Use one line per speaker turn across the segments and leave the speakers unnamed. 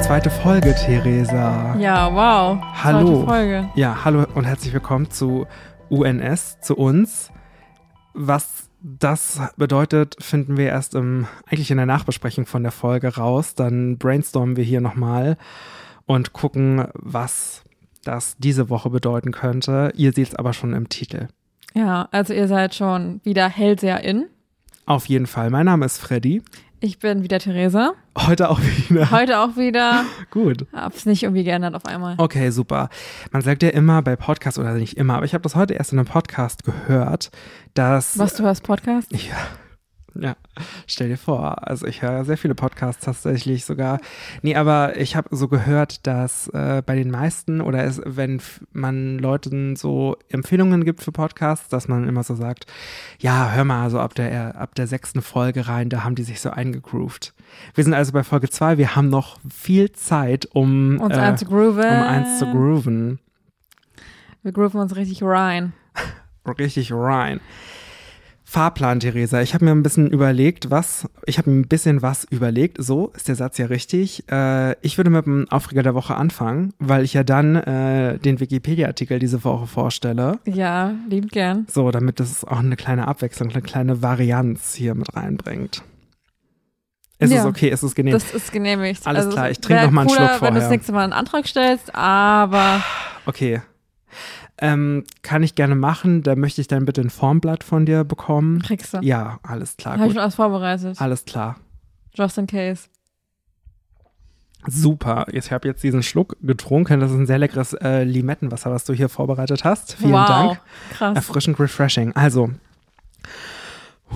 zweite Folge, Theresa.
Ja, wow.
Hallo.
Zweite Folge.
Ja, hallo und herzlich willkommen zu UNS, zu uns. Was das bedeutet, finden wir erst im, eigentlich in der Nachbesprechung von der Folge raus. Dann brainstormen wir hier nochmal und gucken, was das diese Woche bedeuten könnte. Ihr seht es aber schon im Titel.
Ja, also ihr seid schon wieder Hellseher in.
Auf jeden Fall. Mein Name ist Freddy.
Ich bin wieder Theresa.
Heute auch wieder.
Heute auch wieder.
Gut.
Hab's nicht irgendwie geändert auf einmal.
Okay, super. Man sagt ja immer bei Podcasts, oder nicht immer, aber ich habe das heute erst in einem Podcast gehört, dass.
Was du hörst, Podcast?
Ja. Ja, stell dir vor, also ich höre sehr viele Podcasts tatsächlich sogar. Nee, aber ich habe so gehört, dass äh, bei den meisten oder es, wenn f- man Leuten so Empfehlungen gibt für Podcasts, dass man immer so sagt, ja, hör mal, so ab der, äh, ab der sechsten Folge rein, da haben die sich so eingegroovt. Wir sind also bei Folge zwei, wir haben noch viel Zeit, um
Uns Äh.
äh,
eins zu grooven.
um eins zu grooven.
Wir grooven uns richtig rein.
Richtig rein. Fahrplan, Theresa. Ich habe mir ein bisschen überlegt, was. Ich habe mir ein bisschen was überlegt. So ist der Satz ja richtig. Äh, ich würde mit dem Aufreger der Woche anfangen, weil ich ja dann äh, den Wikipedia-Artikel diese Woche vorstelle.
Ja, liebend gern.
So, damit das auch eine kleine Abwechslung, eine kleine Varianz hier mit reinbringt. Ist es
Ja.
okay? Ist es genehm?
Das ist genehmigt. Also
Alles
es
klar, ich trink
wär
noch mal einen
cooler,
Schluck
wenn du
vorher.
das nächste Mal einen Antrag stellst, aber
Okay. Ähm, kann ich gerne machen. Da möchte ich dann bitte ein Formblatt von dir bekommen.
kriegst du.
Ja, alles klar.
Habe ich
Gut.
schon alles vorbereitet.
Alles klar.
Just in case.
Super. Ich habe jetzt diesen Schluck getrunken. Das ist ein sehr leckeres äh, Limettenwasser, was du hier vorbereitet hast. Vielen
wow.
Dank.
Krass.
Erfrischend refreshing. Also,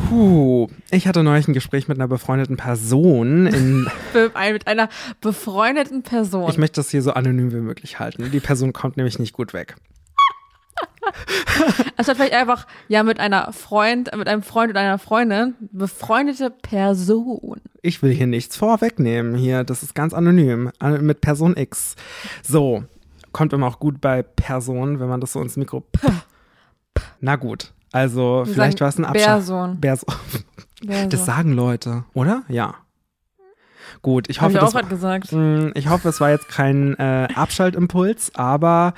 puh, ich hatte neulich ein Gespräch mit einer befreundeten Person. In,
Be- ein- Mit einer befreundeten Person.
ich möchte das hier so anonym wie möglich halten. Die Person kommt nämlich nicht gut weg.
Anstatt Also vielleicht einfach, ja, mit einer Freund, mit einem Freund und einer Freundin, befreundete Person.
Ich will hier nichts vorwegnehmen. Hier, das ist ganz anonym. An- Mit Person X. So, kommt immer auch gut bei Person, wenn man das so ins Mikro. Na gut. Also,
Wir
vielleicht
sagen
war es ein Abschluss.
Person.
Person.
Person.
Das sagen Leute, oder? Ja. Gut, ich
Hab
hoffe,
ich auch
das,
was gesagt.
Mm, ich hoffe, es war jetzt kein äh, Abschaltimpuls, aber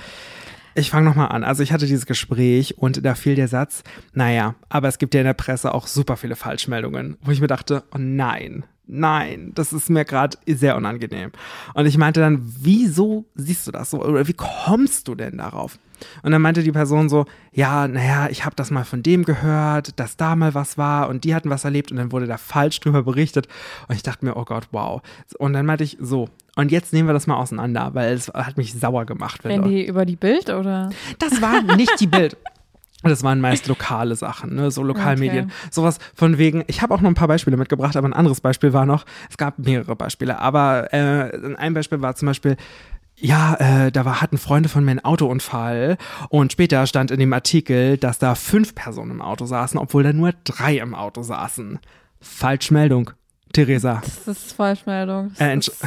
ich fange nochmal an. Also ich hatte dieses Gespräch und da fiel der Satz, naja, aber es gibt ja in der Presse auch super viele Falschmeldungen, wo ich mir dachte, oh nein, nein, das ist mir gerade sehr unangenehm. Und ich meinte dann, wieso siehst du das so oder wie kommst du denn darauf? Und dann meinte die Person so, ja, naja, ich habe das mal von dem gehört, dass da mal was war und die hatten was erlebt und dann wurde da falsch drüber berichtet. Und ich dachte mir, oh Gott, wow. Und dann meinte ich, so, und jetzt nehmen wir das mal auseinander, weil es hat mich sauer gemacht.
Wenn
Leute-
die über die Bild oder?
das waren nicht die Bild. Das waren meist lokale Sachen, ne? so Lokalmedien.
Okay.
Sowas von wegen, ich habe auch noch ein paar Beispiele mitgebracht, aber ein anderes Beispiel war noch, es gab mehrere Beispiele, aber äh, ein Beispiel war zum Beispiel, ja, äh, da war, hatten Freunde von mir einen Autounfall und später stand in dem Artikel, dass da fünf Personen im Auto saßen, obwohl da nur drei im Auto saßen. Falschmeldung, Theresa.
Das ist Falschmeldung. Das,
Äh,
ist,
Entsch-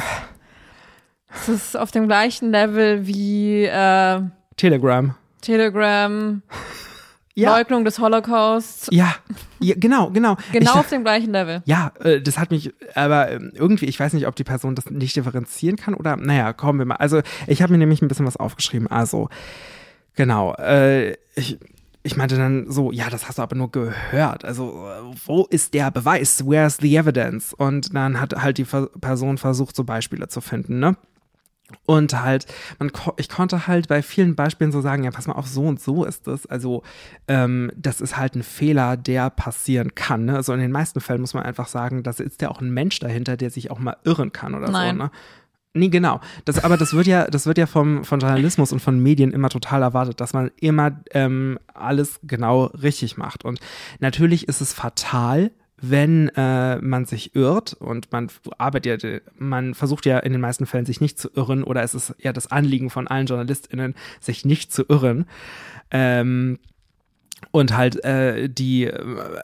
das ist auf dem gleichen Level wie äh,
Telegram.
Telegram,
Ja,
Leugnung des Holocausts.
ja, ja, genau, genau.
Genau
Ich-
auf dem gleichen Level.
Ja, äh, das hat mich, aber ähm, irgendwie, ich weiß nicht, ob die Person das nicht differenzieren kann oder, naja, kommen wir mal. Also, ich habe mir nämlich ein bisschen was aufgeschrieben. Also, genau, äh, ich, ich meinte dann so, ja, das hast du aber nur gehört. Also, äh, wo ist der Beweis? Where's the evidence? Und dann hat halt die Ver Person versucht, so Beispiele zu finden, ne? Und halt, man ko ich konnte halt bei vielen Beispielen so sagen, ja, pass mal auf, so und so ist das. Also, ähm, das ist halt ein Fehler, der passieren kann. Ne? Also in den meisten Fällen muss man einfach sagen, da ist ja auch ein Mensch dahinter, der sich auch mal irren kann oder
Nein.
so. Ne? Nee, genau. Das, aber das wird ja, das wird ja vom, von Journalismus und von Medien immer total erwartet, dass man immer ähm, alles genau richtig macht. Und natürlich ist es fatal, wenn äh, man sich irrt und man f- arbeitet ja, man versucht ja in den meisten Fällen sich nicht zu irren oder es ist ja das Anliegen von allen JournalistInnen, sich nicht zu irren. Ähm, und halt äh, die äh,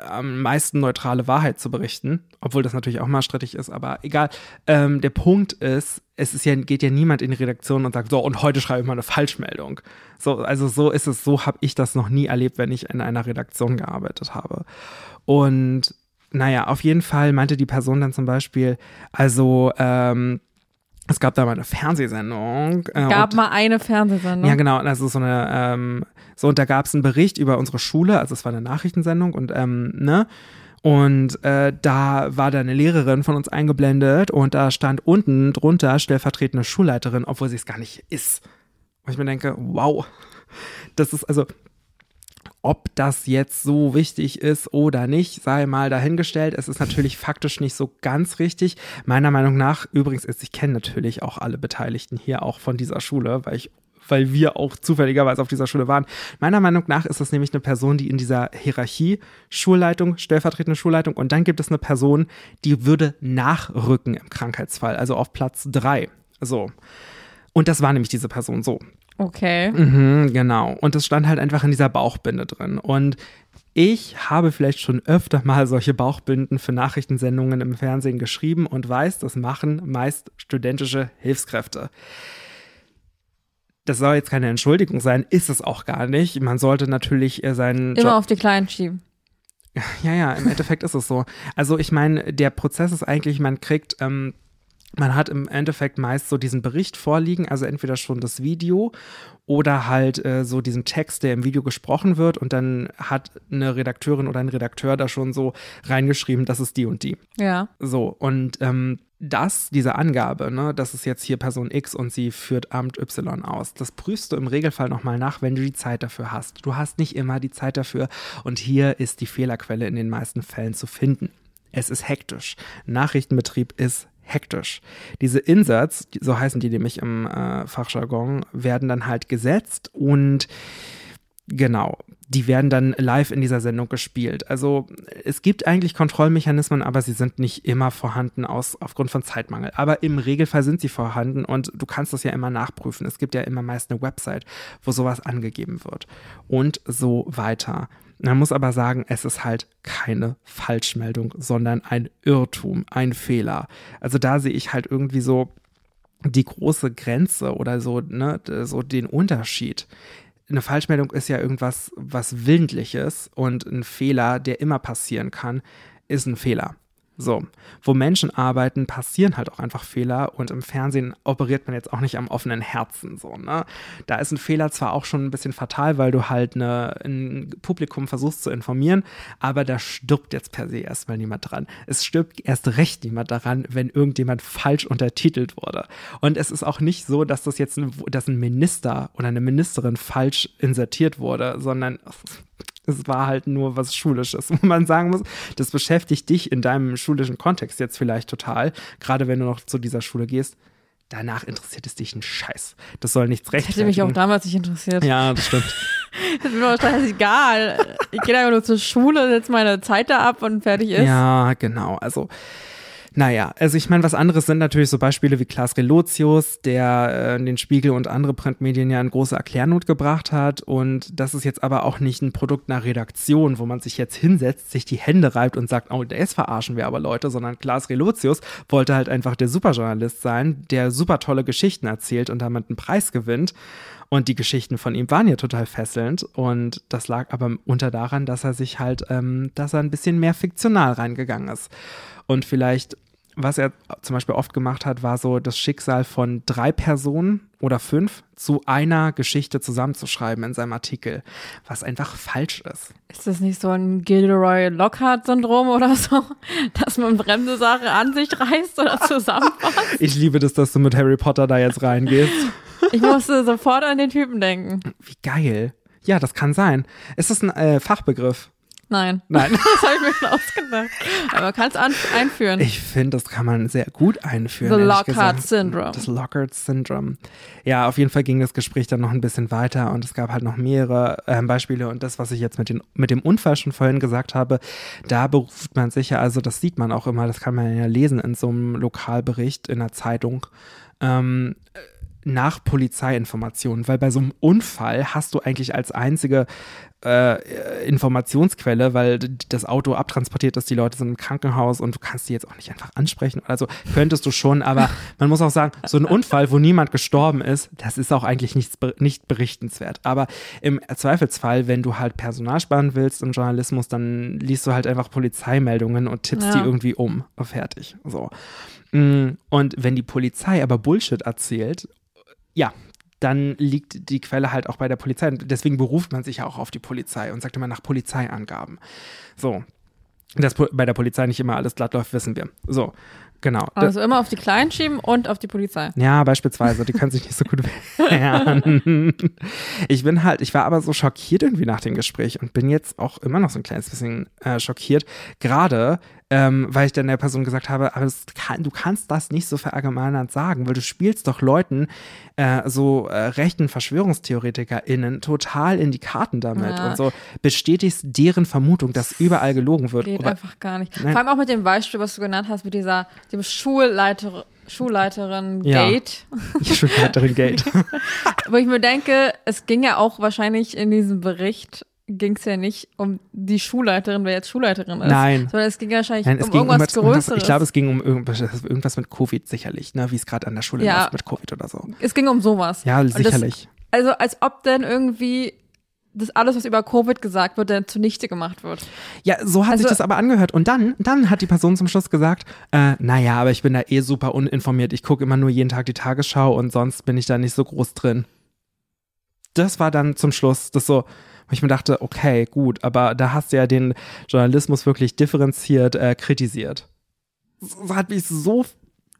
am meisten neutrale Wahrheit zu berichten, obwohl das natürlich auch mal strittig ist, aber egal. Ähm, der Punkt ist, es ist ja, geht ja niemand in die Redaktion und sagt, so, und heute schreibe ich mal eine Falschmeldung. So, also so ist es, so habe ich das noch nie erlebt, wenn ich in einer Redaktion gearbeitet habe. Und naja, auf jeden Fall meinte die Person dann zum Beispiel, also ähm, Es gab da mal eine Fernsehsendung. äh,
Gab
und-
mal eine Fernsehsendung.
ja, genau. Das ist so eine, ähm, so, und da gab es einen Bericht über unsere Schule, also es war eine Nachrichtensendung und, ähm, ne? Und äh, da war da eine Lehrerin von uns eingeblendet und da stand unten drunter stellvertretende Schulleiterin, obwohl sie es gar nicht ist. Und ich mir denke, wow, das ist also, ob das jetzt so wichtig ist oder nicht, sei mal dahingestellt. Es ist natürlich faktisch nicht so ganz richtig. Meiner Meinung nach, übrigens ist, ich kenne natürlich auch alle Beteiligten hier auch von dieser Schule, weil ich weil wir auch zufälligerweise auf dieser Schule waren. Meiner Meinung nach ist das nämlich eine Person, die in dieser Hierarchie Schulleitung, stellvertretende Schulleitung und dann gibt es eine Person, die würde nachrücken im Krankheitsfall, also auf Platz drei. So. Und das war nämlich diese Person so.
Okay.
genau. Mhm, genau. Und das stand halt einfach in dieser Bauchbinde drin. Und ich habe vielleicht schon öfter mal solche Bauchbinden für Nachrichtensendungen im Fernsehen geschrieben und weiß, das machen meist studentische Hilfskräfte. Das soll jetzt keine Entschuldigung sein, ist es auch gar nicht. Man sollte natürlich äh, seinen Job
Immer auf die Kleinen schieben.
ja, ja, im Endeffekt ist es so. Also ich meine, der Prozess ist eigentlich, man kriegt, ähm, man hat im Endeffekt meist so diesen Bericht vorliegen, also entweder schon das Video oder halt äh, so diesen Text, der im Video gesprochen wird und dann hat eine Redakteurin oder ein Redakteur da schon so reingeschrieben, das ist die und die.
Ja.
So, und ähm, das, diese Angabe, ne, das ist jetzt hier Person X und sie führt Amt Y aus, das prüfst du im Regelfall nochmal nach, wenn du die Zeit dafür hast. Du hast nicht immer die Zeit dafür und hier ist die Fehlerquelle in den meisten Fällen zu finden. Es ist hektisch. Nachrichtenbetrieb ist hektisch. Diese Inserts, die- so heißen die nämlich im äh, Fachjargon, werden dann halt gesetzt und Genau. Die werden dann live in dieser Sendung gespielt. Also es gibt eigentlich Kontrollmechanismen, aber sie sind nicht immer vorhanden aus, aufgrund von Zeitmangel. Aber im Regelfall sind sie vorhanden und du kannst das ja immer nachprüfen. Es gibt ja immer meist eine Website, wo sowas angegeben wird. Und so weiter. Man muss aber sagen, es ist halt keine Falschmeldung, sondern ein Irrtum, ein Fehler. Also da sehe ich halt irgendwie so die große Grenze oder so, ne, d- so den Unterschied eine Falschmeldung ist ja irgendwas, was Willentliches und ein Fehler, der immer passieren kann, ist ein Fehler. So, wo Menschen arbeiten, passieren halt auch einfach Fehler und im Fernsehen operiert man jetzt auch nicht am offenen Herzen so, ne? Da ist ein Fehler zwar auch schon ein bisschen fatal, weil du halt ne, ein Publikum versuchst zu informieren, aber da stirbt jetzt per se erstmal niemand dran. Es stirbt erst recht niemand daran, wenn irgendjemand falsch untertitelt wurde. Und es ist auch nicht so, dass das jetzt ein, dass ein Minister oder eine Ministerin falsch insertiert wurde, sondern es war halt nur was Schulisches, wo man sagen muss, das beschäftigt dich in deinem schulischen Kontext jetzt vielleicht total, gerade wenn du noch zu dieser Schule gehst. Danach interessiert es dich ein Scheiß. Das soll nichts
Das hätte mich auch
rechtfertigen.
damals nicht interessiert.
Ja, das stimmt.
Das ist mir doch scheißegal. Ich gehe einfach nur zur Schule, setze meine Zeit da ab und fertig ist.
Ja, genau. Also, naja, also ich meine, was anderes sind natürlich so Beispiele wie Klaas Relotius, der äh, den Spiegel und andere Printmedien ja in große Erklärnot gebracht hat. Und das ist jetzt aber auch nicht ein Produkt einer Redaktion, wo man sich jetzt hinsetzt, sich die Hände reibt und sagt, oh, das verarschen wir aber Leute, sondern Klaas Relotius wollte halt einfach der Superjournalist sein, der super tolle Geschichten erzählt und damit einen Preis gewinnt. Und die Geschichten von ihm waren ja total fesselnd. Und das lag aber unter daran, dass er sich halt, ähm, dass er ein bisschen mehr fiktional reingegangen ist. Und vielleicht, was er zum Beispiel oft gemacht hat, war so das Schicksal von drei Personen oder fünf zu einer Geschichte zusammenzuschreiben in seinem Artikel, was einfach falsch ist.
Ist das nicht so ein Gilderoy Lockhart-Syndrom oder so? Dass man fremde Sache an sich reißt oder zusammenfasst?
Ich liebe das, dass du mit Harry Potter da jetzt reingehst.
Ich musste sofort an den Typen denken.
Wie geil. Ja, das kann sein. Ist das ein äh, Fachbegriff?
Nein.
Nein.
Das habe ich mir schon ausgedacht. Aber man kann es an- einführen.
Ich finde, das kann man sehr gut einführen.
The
ehrlich
Lockhart
gesagt.
Syndrome.
Das Lockhart Syndrome. Ja, auf jeden Fall ging das Gespräch dann noch ein bisschen weiter und es gab halt noch mehrere ähm, Beispiele. Und das, was ich jetzt mit, den, mit dem Unfall schon vorhin gesagt habe, da beruft man sich ja, also das sieht man auch immer, das kann man ja lesen in so einem Lokalbericht in der Zeitung. Ähm, nach Polizeiinformationen, weil bei so einem Unfall hast du eigentlich als einzige äh, Informationsquelle, weil d- das Auto abtransportiert ist, die Leute sind im Krankenhaus und du kannst die jetzt auch nicht einfach ansprechen. Also könntest du schon, aber man muss auch sagen, so ein Unfall, wo niemand gestorben ist, das ist auch eigentlich nichts, ber- nicht berichtenswert. Aber im Zweifelsfall, wenn du halt Personal sparen willst im Journalismus, dann liest du halt einfach Polizeimeldungen und tippst
Ja.
die irgendwie um. Fertig. So. Mm, Und wenn die Polizei aber Bullshit erzählt, ja, dann liegt die Quelle halt auch bei der Polizei. Und deswegen beruft man sich ja auch auf die Polizei und sagt immer nach Polizeiangaben. So. Dass po- bei der Polizei nicht immer alles glatt läuft, wissen wir. So, genau.
Also immer auf die Kleinen schieben und auf die Polizei.
Ja, beispielsweise, die können sich nicht so gut wehren. Ich bin halt, ich war aber so schockiert irgendwie nach dem Gespräch und bin jetzt auch immer noch so ein kleines bisschen äh, schockiert, gerade ähm, weil ich dann der Person gesagt habe, aber das kann, du kannst das nicht so verallgemeinernd sagen, weil du spielst doch Leuten, äh, so äh, rechten VerschwörungstheoretikerInnen, total in die Karten damit
Ja.
und so bestätigst deren Vermutung, dass überall gelogen wird.
Geht
Aber-
einfach gar nicht.
Nein.
Vor allem auch mit dem Beispiel, was du genannt hast, mit dieser dem Schulleiter, Schulleiterin
Ja.
Gate,
Ich schon weiteren Geld.
wo ich mir denke, es ging ja auch wahrscheinlich in diesem Bericht ging es ja nicht um die Schulleiterin, wer jetzt Schulleiterin ist,
Nein.
sondern es ging wahrscheinlich
Nein, es
um
ging
irgendwas
um
Größeres.
Ich glaube, es ging um irgendwas, irgendwas mit Covid sicherlich, ne? wie es gerade an der Schule
Ja.
läuft mit Covid oder so.
es ging um sowas.
Ja,
Und das-
sicherlich.
Also als ob dann irgendwie das alles, was über Covid gesagt wird, dann zunichte gemacht wird.
Ja, so hat sich
Also-
das aber angehört. Und dann, dann hat die Person zum Schluss gesagt, äh, naja, aber ich bin da eh super uninformiert. Ich gucke immer nur jeden Tag die Tagesschau und sonst bin ich da nicht so groß drin. Das war dann zum Schluss das so, wo ich mir dachte, okay, gut, aber da hast du ja den Journalismus wirklich differenziert äh, kritisiert. Das hat mich so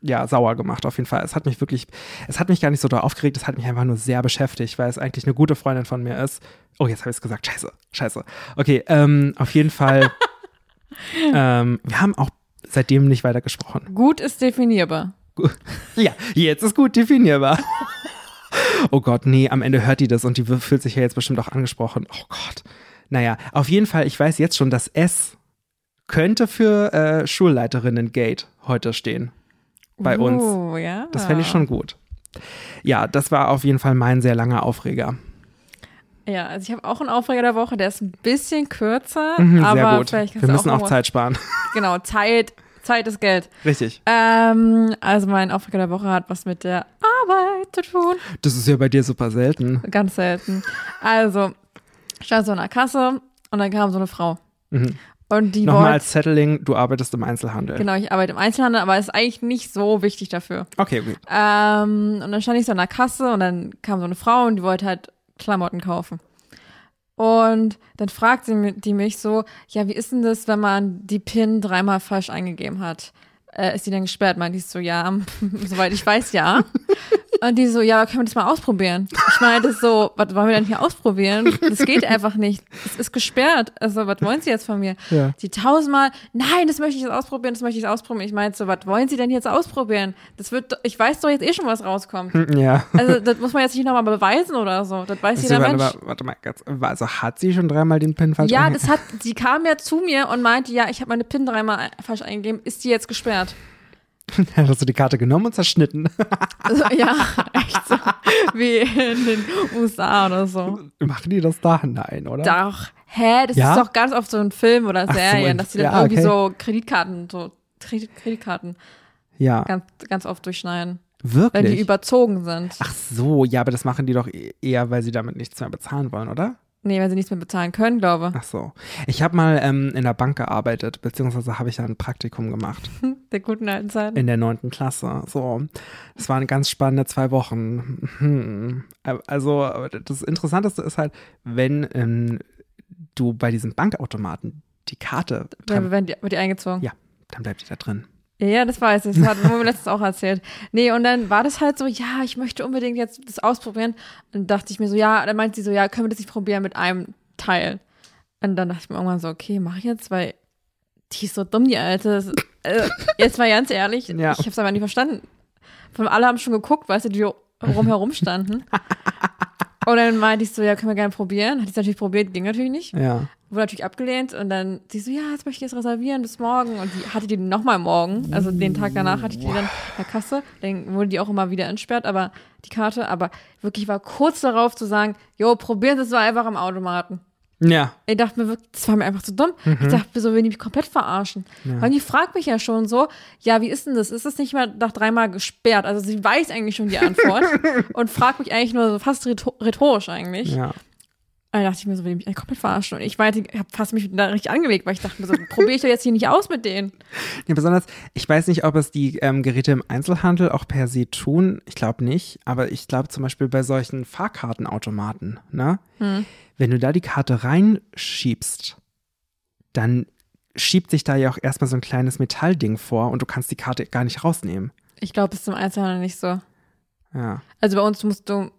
ja, sauer gemacht auf jeden Fall. Es hat mich wirklich, es hat mich gar nicht so doll aufgeregt, es hat mich einfach nur sehr beschäftigt, weil es eigentlich eine gute Freundin von mir ist. Oh, jetzt habe ich es gesagt. Scheiße, scheiße. Okay, ähm, auf jeden Fall. ähm, wir haben auch seitdem nicht weiter gesprochen.
Gut ist definierbar.
Ja, jetzt ist gut definierbar. oh Gott, nee, am Ende hört die das und die fühlt sich ja jetzt bestimmt auch angesprochen. Oh Gott. Naja, auf jeden Fall, ich weiß jetzt schon, dass S könnte für äh, Schulleiterinnen Gate heute stehen. Bei uns.
Oh, ja.
Das fände ich schon gut. Ja, das war auf jeden Fall mein sehr langer Aufreger.
Ja, also ich habe auch einen Aufreger der Woche, der ist ein bisschen kürzer,
Mhm,
aber
sehr gut.
vielleicht kannst
Wir
du
müssen auch,
noch-
Zeit sparen.
Genau, Zeit, Zeit ist Geld.
Richtig.
Ähm, also mein Aufreger der Woche hat was mit der Arbeit zu tun.
Das ist ja bei dir super selten.
Ganz selten. Also, ich stand so in der Kasse und dann kam so eine Frau.
Mhm.
Und die
Nochmal
wollte.
als Settling, du arbeitest im Einzelhandel.
Genau, ich arbeite im Einzelhandel, aber ist eigentlich nicht so wichtig dafür.
Okay, gut.
Ähm, und dann stand ich so in der Kasse und dann kam so eine Frau und die wollte halt Klamotten kaufen. Und dann fragt sie mi- die mich so, ja, wie ist denn das, wenn man die PIN dreimal falsch eingegeben hat? Äh, ist die dann gesperrt? Meinte ich so, ja, soweit ich weiß, ja. Und die so, ja, können wir das mal ausprobieren? Ich meinte so, was wollen wir denn hier ausprobieren? Das geht einfach nicht. Es ist gesperrt. Also, was wollen Sie jetzt von mir?
Ja.
Die tausendmal, nein, das möchte ich jetzt ausprobieren, das möchte ich jetzt ausprobieren. Ich meinte so, was wollen Sie denn jetzt ausprobieren? Das wird, doch- ich weiß doch jetzt eh schon, was rauskommt.
Hm, Ja.
Also, das muss man jetzt nicht nochmal beweisen oder so. Das weiß
Sie
jeder
waren
Mensch.
aber, warte mal, ganz, also hat sie schon dreimal den Pin falsch
Ja,
einge-
das hat, sie kam ja zu mir und meinte, ja, ich habe meine PIN dreimal ein- falsch eingegeben, ist die jetzt gesperrt?
Hast du die Karte genommen und zerschnitten?
Also, ja, echt so, wie in den USA oder so.
Machen die das da? Nein, oder?
Doch, hä, das
Ja?
ist doch ganz oft so in Filmen oder
so,
Serien,
in-
dass die dann
ja,
irgendwie
okay.
so Kreditkarten, so Kredit- Kreditkarten
Ja,
ganz, ganz oft durchschneiden, wenn die
wirklich.
überzogen sind.
Ach so, ja, aber das machen die doch e- eher, weil sie damit nichts mehr bezahlen wollen, oder?
Nee, weil sie nichts mehr bezahlen können, glaube.
Ach so. Ich habe mal ähm, in der Bank gearbeitet, beziehungsweise habe ich da ein Praktikum gemacht.
Der guten alten Zeiten.
In der neunten Klasse. So, es waren ganz spannende zwei Wochen. Hm. Also, aber das Interessanteste ist halt, wenn ähm, du bei diesem Bankautomaten die Karte,
Wenn,
dann,
wenn die, wird die eingezogen.
ja, dann bleibt die da drin.
Ja, ja, das weiß ich. Das hat mir letztens auch erzählt. Nee, und dann war das halt so, ja, ich möchte unbedingt jetzt das ausprobieren. Und dann dachte ich mir so, ja, dann meint sie so, ja, können wir das nicht probieren mit einem Teil? Und dann dachte ich mir irgendwann so, okay, mach ich jetzt, weil die ist so dumm, die Alte. Das- Also, jetzt mal ganz ehrlich,
Ja.
ich hab's aber nicht verstanden. Von alle haben schon geguckt, weißt du, die rumherum standen. Und dann meinte ich so, ja, können wir gerne probieren. Hat die es natürlich probiert, ging natürlich nicht.
Ja.
Wurde natürlich abgelehnt und dann sie so, ja, jetzt möchte ich das reservieren bis morgen. Und die hatte die nochmal morgen. Also den Tag danach hatte ich die dann in der Kasse. Dann wurde die auch immer wieder entsperrt, aber die Karte. Aber wirklich war kurz darauf zu sagen, jo, probieren Sie es mal einfach am Automaten.
Ja.
Ich dachte mir wirklich, das war mir einfach zu dumm. Ich dachte mir so, will die mich komplett verarschen. Weil die fragt mich ja schon so, ja, wie ist denn das? Ist das nicht mal nach dreimal gesperrt? Also sie weiß eigentlich schon die Antwort und fragt mich eigentlich nur so fast rheto- rhetorisch eigentlich.
Ja.
Und Da dachte ich mir so, will die mich eigentlich komplett verarschen. Und ich meinte, ich habe fast mich da richtig angelegt, weil ich dachte mir so, probiere ich doch jetzt hier nicht aus mit denen.
ja. Besonders, ich weiß nicht, ob es die ähm, Geräte im Einzelhandel auch per se tun. Ich glaube nicht. Aber ich glaube zum Beispiel bei solchen Fahrkartenautomaten, ne?
Hm.
Wenn du da die Karte reinschiebst, dann schiebt sich da ja auch erstmal so ein kleines Metallding vor und du kannst die Karte gar nicht rausnehmen.
Ich glaube, es ist im Einzelhandel nicht so.
Ja.
Also bei uns musst du,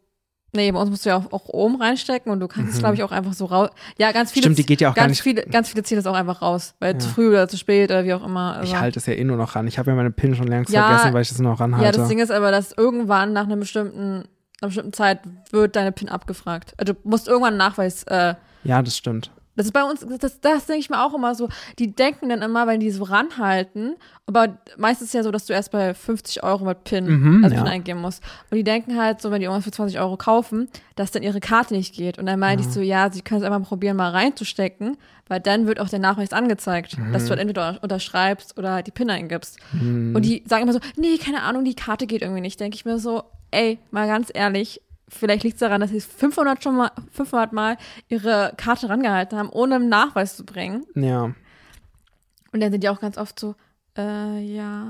nee, bei uns musst du ja auch, auch oben reinstecken und du kannst es, glaube ich, auch einfach so raus. Ja, ganz viele,
Mhm. Stimmt, die geht ja auch
ganz
gar nicht-
Viele, ganz viele ziehen das auch einfach raus, weil zu
Ja.
früh oder zu spät oder wie auch immer. Also,
Ich halte es halt ja eh nur noch ran. Ich habe ja meine PIN schon längst
Ja.
vergessen, weil ich das nur noch ranhalte.
ja, das Ding ist aber, dass irgendwann nach einer bestimmten, einer bestimmten Zeit wird deine PIN abgefragt. Also du musst irgendwann einen Nachweis, äh,
ja, das stimmt.
das ist bei uns, das, das denke ich mir auch immer so. Die denken dann immer, wenn die so ranhalten, aber meistens ist ja so, dass du erst bei 50 Euro mit PIN,
Mhm,
also
ja.
PIN eingeben musst. Und die denken halt so, wenn die irgendwas für 20 Euro kaufen, dass dann ihre Karte nicht geht. Und dann meinte ich so, ja, sie können es einfach probieren, mal reinzustecken, weil dann wird auch der Nachweis angezeigt, dass du halt entweder unterschreibst oder halt die PIN eingibst. Und die sagen immer so, nee, keine Ahnung, die Karte geht irgendwie nicht. Denke ich mir so, ey, mal ganz ehrlich, Vielleicht liegt es daran, dass sie 500 schon mal, 500 mal ihre Karte rangehalten haben, ohne einen Nachweis zu bringen.
Ja.
Und dann sind die auch ganz oft so, äh, ja,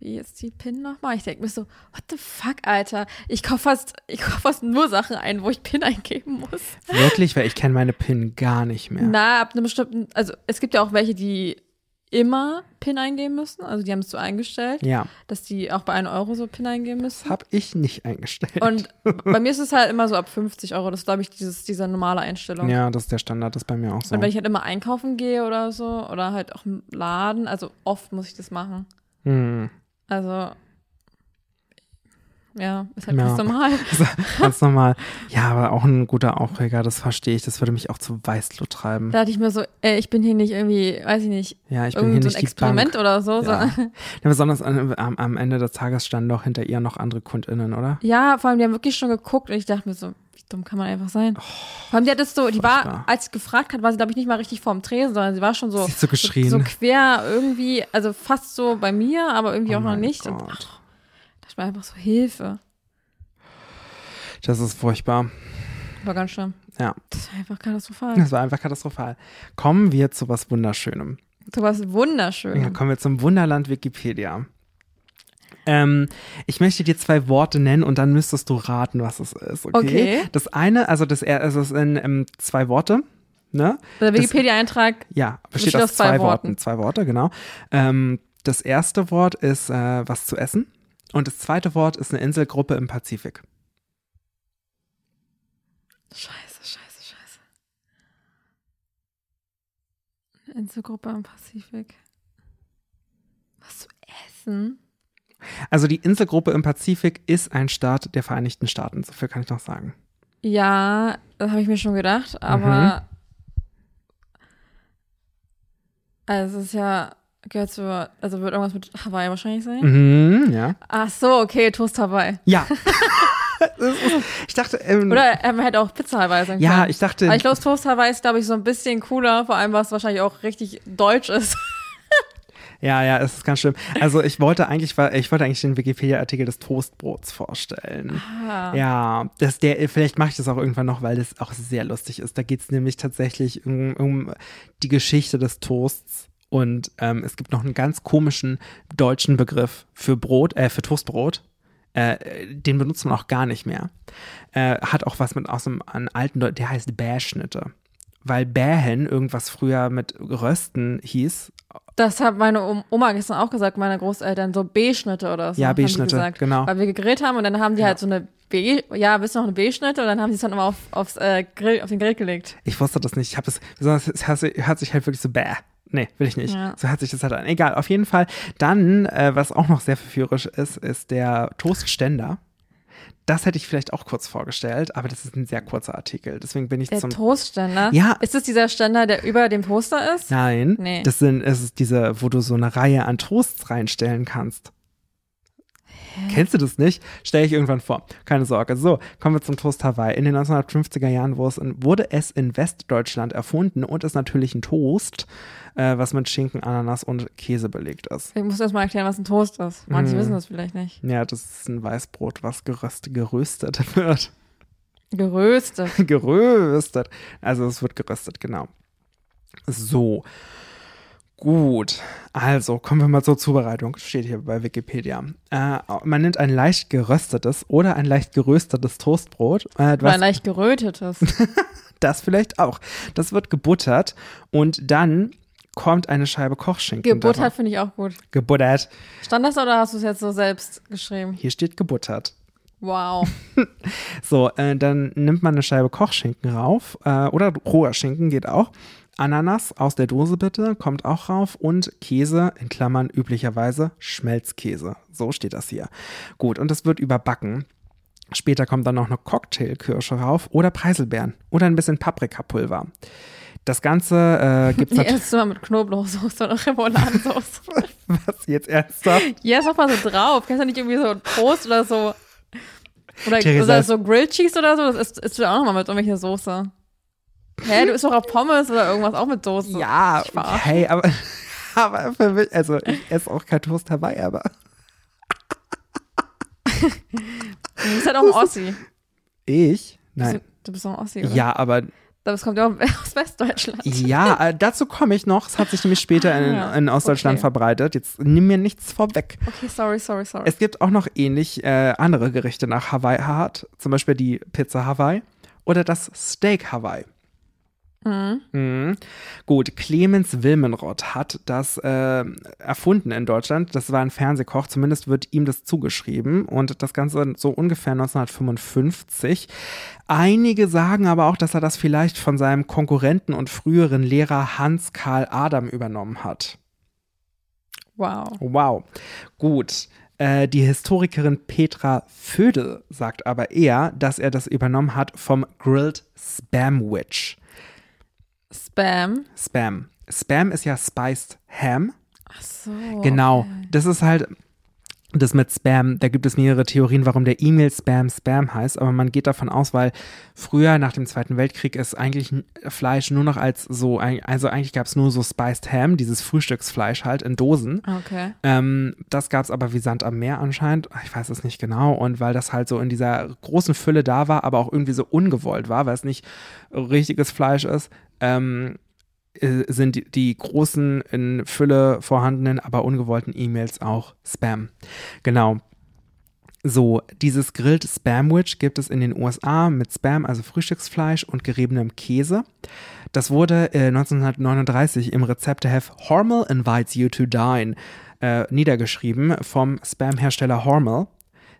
wie ist die PIN nochmal? Ich denke mir so, what the fuck, Alter? Ich kaufe fast, ich kauf fast nur Sachen ein, wo ich PIN eingeben muss.
Wirklich, weil ich kenne meine PIN gar nicht mehr.
Na, ab einem bestimmten, also es gibt ja auch welche, die immer PIN eingeben müssen. Also die haben es so eingestellt,
Ja,
dass die auch bei 1 Euro so PIN eingeben müssen.
habe ich nicht eingestellt.
Und bei mir ist es halt immer so ab 50 Euro. Das ist, glaube ich, dieses, diese normale Einstellung.
ja, das ist der Standard, das ist bei mir auch so.
Und wenn ich halt immer einkaufen gehe oder so, oder halt auch im Laden, also oft muss ich das machen.
Hm.
Also, ja, ist halt
Ja.
ganz normal.
Ganz normal. Ja, aber auch ein guter Aufreger, das verstehe ich. Das würde mich auch zu Weißglut treiben.
Da dachte ich mir so, ey, ich bin hier nicht irgendwie, weiß ich nicht,
ja, ich bin hier
irgend so
nicht
ein
die
Experiment
Bank.
oder
Ja.
so. sondern-
ja, besonders an, am, am Ende des Tages standen doch hinter ihr noch andere KundInnen, oder?
ja, vor allem, die haben wirklich schon geguckt und ich dachte mir so, wie dumm kann man einfach sein? vor allem, die hat das so, die
Oh, furchtbar.
war, als sie gefragt hat, war sie, glaube ich, nicht mal richtig vorm Tresen, sondern sie war schon so,
Sie hat so geschrien.
so quer irgendwie, also fast so bei mir, aber irgendwie
Oh
auch noch
mein
nicht. Und
Gott.
dachte ich mir einfach so, Hilfe.
Das ist furchtbar.
War ganz schlimm.
Ja.
Das war einfach katastrophal.
Das war einfach katastrophal. Kommen wir zu was Wunderschönem.
Du warst wunderschön.
Ja, kommen wir zum Wunderland Wikipedia. Ähm, ich möchte dir zwei Worte nennen und dann müsstest du raten, was es ist. Okay.
Okay.
Das eine, also das, er- also es sind ähm, zwei Worte. Ne?
Der
Das-
Wikipedia-Eintrag,
Ja, besteht aus zwei, Worten. Zwei Worte, genau. Ähm, das erste Wort ist äh, was zu essen und das zweite Wort ist eine Inselgruppe im Pazifik.
scheiße, scheiße, scheiße. Eine Inselgruppe am Pazifik. Was zu essen?
Also die Inselgruppe im Pazifik ist ein Staat der Vereinigten Staaten. So viel kann ich noch sagen.
Ja, das habe ich mir schon gedacht, aber
Mhm.
also es ist ja, gehört zu, also wird irgendwas mit Hawaii wahrscheinlich sein.
Mhm, ja.
Ach so, okay, Toast Hawaii.
Ja. Das ist- ich dachte, ähm,
Oder äh, man hätte auch Pizza Hawaii sagen können.
ja, ich dachte,
Aber ich glaube, Toast Hawaii ist, glaube ich, so ein bisschen cooler, vor allem, weil es wahrscheinlich auch richtig deutsch ist.
Ja, ja, es ist ganz schlimm. Also ich wollte eigentlich, ich wollte eigentlich den Wikipedia-Artikel des Toastbrots vorstellen.
Ah.
Ja, das, der, vielleicht mache ich das auch irgendwann noch, weil das auch sehr lustig ist. Da geht es nämlich tatsächlich um, um die Geschichte des Toasts. Und ähm, es gibt noch einen ganz komischen deutschen Begriff für Brot, äh, für Toastbrot. Äh, den benutzt man auch gar nicht mehr. Äh, hat auch was mit aus einem, einem alten Deutsch, der heißt Bärschnitte. Weil Bähen irgendwas früher mit Rösten hieß
Das hat meine Om- Oma gestern auch gesagt, meine Großeltern, so B-Schnitte oder so.
Ja,
haben die
B-Schnitte,
gesagt.
genau.
Weil wir gegrillt haben und dann haben die halt so eine B, ja, bist du noch eine B-Schnitte und dann haben die es dann immer auf, aufs, äh, Grill, auf den Grill gelegt.
Ich wusste das nicht. Ich habe es, besonders es hört sich- hört sich halt wirklich so bäh. Nee, will ich nicht.
Ja.
So hört sich das halt an. Egal, auf jeden Fall. Dann, äh, was auch noch sehr verführerisch ist, ist der Toastständer. Das hätte ich vielleicht auch kurz vorgestellt, aber das ist ein sehr kurzer Artikel. Deswegen bin ich
Der
zum.
Toastständer.
Ja.
Ist es dieser Ständer, der über dem Toaster ist?
Nein,
Nee.
das sind, es ist diese, wo du so eine Reihe an Toasts reinstellen kannst. Kennst du das nicht? Stelle ich irgendwann vor. Keine Sorge. So, kommen wir zum Toast Hawaii. In den 1950er Jahren wurde es in, wurde es in Westdeutschland erfunden und ist natürlich ein Toast, äh, was mit Schinken, Ananas und Käse belegt ist.
Ich muss erst mal erklären, was ein Toast ist. Manche
Mhm.
wissen das vielleicht nicht.
Ja, das ist ein Weißbrot, was geröst, geröstet wird.
Geröstet.
geröstet. Also es wird geröstet, genau. So. Gut, also kommen wir mal zur Zubereitung. Steht hier bei Wikipedia. Äh, man nimmt ein leicht geröstetes oder ein leicht geröstetes Toastbrot. Äh,
Oder
was
leicht gerötetes.
das vielleicht auch. Das wird gebuttert und dann kommt eine Scheibe Kochschinken.
Gebuttert
darauf.
finde ich auch gut.
Gebuttert.
Stand das oder hast du es jetzt so selbst geschrieben?
Hier steht gebuttert.
Wow.
So, äh, dann nimmt man eine Scheibe Kochschinken rauf äh, oder roher Schinken geht auch. Ananas aus der Dose bitte, kommt auch rauf und Käse, in Klammern üblicherweise Schmelzkäse. So steht das hier. Gut, und das wird überbacken. Später kommt dann noch eine Cocktailkirsche rauf oder Preiselbeeren oder ein bisschen Paprikapulver. Das Ganze äh, gibt's
Nee,
natürlich.
erst immer mit Knoblauchsoße oder Remouladensoße.
Was jetzt ernsthaft?
Ja, ist doch mal so drauf. Kannst du nicht irgendwie so ein Toast oder so. Oder,
Theresa,
oder
es-
so Grilled Cheese oder so? Das isst, isst du auch nochmal mit irgendwelcher Soße. Hä, du isst doch auch Pommes oder irgendwas auch mit Soße.
Ja,
Ich verarsch-
okay, aber, aber für mich, also ich esse auch kein Toast Hawaii, aber
Du bist halt auch ein Ossi.
ich? Nein.
Du, du bist auch ein Ossi, oder?
Ja, aber
Das kommt ja auch aus Westdeutschland.
Ja, äh, dazu komme ich noch. Es hat sich nämlich später
Ah,
in, in Ostdeutschland
okay.
verbreitet. Jetzt nimm mir nichts vorweg.
Okay, sorry, sorry, sorry.
Es gibt auch noch ähnlich äh, andere Gerichte nach Hawaii hart, zum Beispiel die Pizza Hawaii oder das Steak Hawaii. Mhm. Gut, Clemens Wilmenroth hat das äh, erfunden in Deutschland. Das war ein Fernsehkoch, zumindest wird ihm das zugeschrieben. Und das Ganze so ungefähr 1955. Einige sagen aber auch, dass er das vielleicht von seinem Konkurrenten und früheren Lehrer Hans-Karl Adam übernommen hat.
wow.
Wow. Gut. Äh, die Historikerin Petra Födel sagt aber eher, dass er das übernommen hat vom Grilled Spamwich.
Spam.
Spam. Spam ist ja Spiced Ham.
Ach so.
Genau. Das ist halt das mit Spam. Da gibt es mehrere Theorien, warum der E-Mail-Spam Spam heißt. Aber man geht davon aus, weil früher nach dem Zweiten Weltkrieg ist eigentlich n- Fleisch nur noch als so, ein- also eigentlich gab es nur so Spiced Ham, dieses Frühstücksfleisch halt in Dosen.
Okay.
Ähm, das gab es aber wie Sand am Meer anscheinend. Ich weiß es nicht genau. Und weil das halt so in dieser großen Fülle da war, aber auch irgendwie so ungewollt war, weil es nicht richtiges Fleisch ist, ähm, äh, sind die, die großen in Fülle vorhandenen, aber ungewollten E-Mails auch Spam. Genau. So, dieses Grilled Spamwich gibt es in den USA mit Spam, also Frühstücksfleisch und geriebenem Käse. Das wurde äh, 1939 im Rezepteheft Hormel Invites You to Dine äh, niedergeschrieben vom Spam-Hersteller Hormel.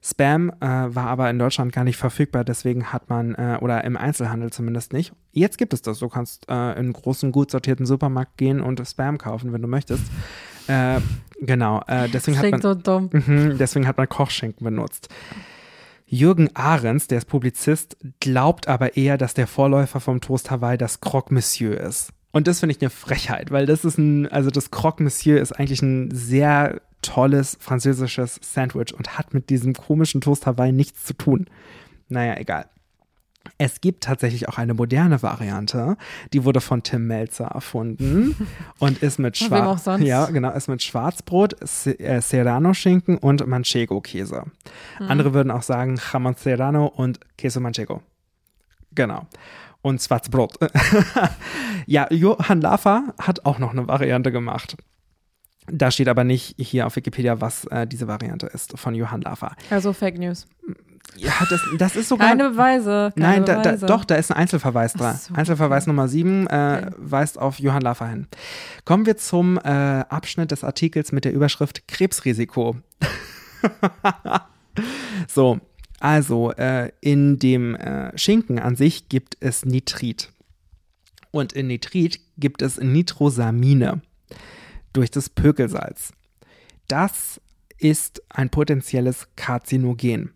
Spam äh, war aber in Deutschland gar nicht verfügbar, deswegen hat man, äh, oder im Einzelhandel zumindest nicht. Jetzt gibt es das. Du kannst äh, in einen großen, gut sortierten Supermarkt gehen und Spam kaufen, wenn du möchtest. Äh, genau, äh, deswegen
Das
hat man.
klingt so dumm.
Mhm, deswegen hat man Kochschinken benutzt. Jürgen Ahrens, der ist Publizist, glaubt aber eher, dass der Vorläufer vom Toast Hawaii das Croque Monsieur ist. Und das finde ich eine Frechheit, weil das ist ein, also das Croque Monsieur ist eigentlich ein sehr tolles französisches Sandwich und hat mit diesem komischen Toast Hawaii nichts zu tun. Naja, egal. Es gibt tatsächlich auch eine moderne Variante, die wurde von Tim Melzer erfunden und ist mit,
Von
Schwar
wem auch sonst.
Ja, genau, ist mit Schwarzbrot, Se- äh, Serrano-Schinken und Manchego-Käse.
Mhm.
Andere würden auch sagen Jamon Serrano und Queso Manchego. Genau. Und Schwarzbrot. ja, Johann Laffer hat auch noch eine Variante gemacht. Da steht aber nicht hier auf Wikipedia, was äh, diese Variante ist von Johann Laffer.
Also Fake News.
Ja, das, das ist sogar.
Keine Beweise. Keine
Nein, da, da,
Beweise.
doch, da ist ein Einzelverweis dran.
Ach so,
Einzelverweis
okay.
Nummer 7 äh,
Okay.
weist auf Johann Laffer hin. Kommen wir zum äh, Abschnitt des Artikels mit der Überschrift Krebsrisiko. so, also äh, in dem äh, Schinken an sich gibt es Nitrit. Und in Nitrit gibt es Nitrosamine durch das Pökelsalz. Das ist ein potenzielles Karzinogen.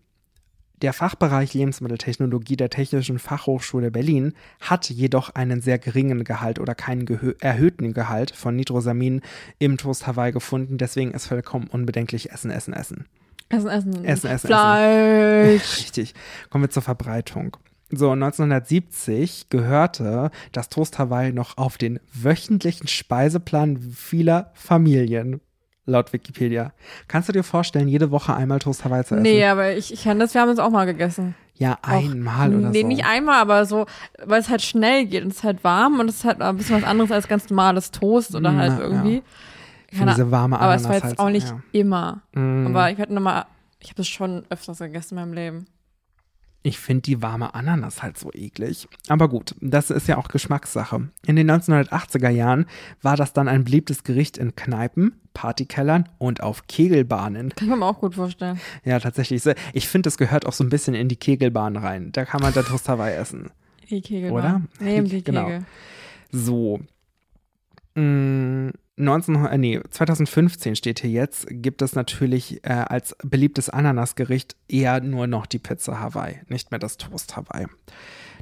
Der Fachbereich Lebensmitteltechnologie der Technischen Fachhochschule Berlin hat jedoch einen sehr geringen Gehalt oder keinen gehö- erhöhten Gehalt von Nitrosamin im Toast Hawaii gefunden. Deswegen ist vollkommen unbedenklich Essen, Essen, Essen.
Essen, Essen,
Essen, Essen,
Fleisch.
Richtig. Kommen wir zur Verbreitung. So, 1970 gehörte das Toast Hawaii noch auf den wöchentlichen Speiseplan vieler Familien, laut Wikipedia. Kannst du dir vorstellen, jede Woche einmal Toast Hawaii zu essen?
Nee, aber ich, ich kann das, wir haben es auch mal gegessen.
Ja, einmal oder
nee,
so.
nicht einmal, aber so, weil es halt schnell geht und es ist halt warm und es ist halt ein bisschen was anderes als ganz normales Toast oder halt
Na,
irgendwie.
Für diese warme
aber es war
Ananas
jetzt
halt,
auch nicht
ja.
immer.
Mm.
Aber ich hatte nochmal, ich habe es schon öfters gegessen in meinem Leben.
Ich finde die warme Ananas halt so eklig. Aber gut, das ist ja auch Geschmackssache. In den 1980er Jahren war das dann ein beliebtes Gericht in Kneipen, Partykellern und auf Kegelbahnen.
Kann ich mir auch gut vorstellen.
Ja, tatsächlich. Ich finde, das gehört auch so ein bisschen in die Kegelbahn rein. Da kann man dann Toast Hawaii essen.
Die Kegel.
Oder?
Nee, die
Die-
Kegel.
genau. So. Mm, 19, äh, nee, 2015 steht hier jetzt, gibt es natürlich äh, als beliebtes Ananasgericht eher nur noch die Pizza Hawaii, nicht mehr das Toast Hawaii.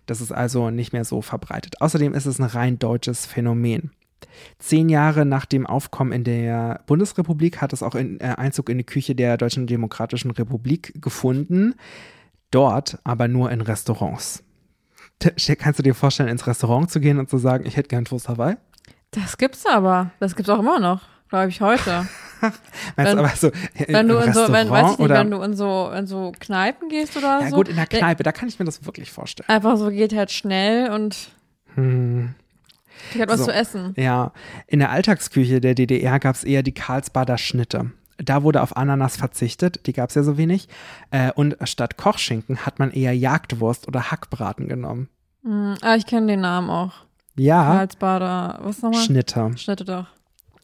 Das ist also nicht mehr so verbreitet. Außerdem ist es ein rein deutsches Phänomen. Zehn Jahre nach dem Aufkommen in der Bundesrepublik hat es auch in, äh, Einzug in die Küche der Deutschen Demokratischen Republik gefunden. Dort aber nur in Restaurants. T- Kannst du dir vorstellen, ins Restaurant zu gehen und zu sagen, ich hätte gern Toast Hawaii?
Das gibt's aber. Das gibt's auch immer noch, glaube ich, heute.
Meinst
Wenn-
du aber so, äh, im
Wenn du in so, wenn, weiß ich nicht,
oder,
wenn du in so, in so Kneipen gehst oder
ja
so.
gut, in der
der-
Kneipe, da kann ich mir das wirklich vorstellen.
Einfach so geht halt schnell und
Hm.
ich hat was
So.
zu essen.
Ja, in der Alltagsküche der DDR gab es eher die Karlsbader Schnitte. Da wurde auf Ananas verzichtet, die gab es ja so wenig. Äh, und statt Kochschinken hat man eher Jagdwurst oder Hackbraten genommen.
Hm, Ah, ich kenne den Namen auch.
Ja,
Karlsbader, was nochmal?
Schnitte.
Schnitte doch.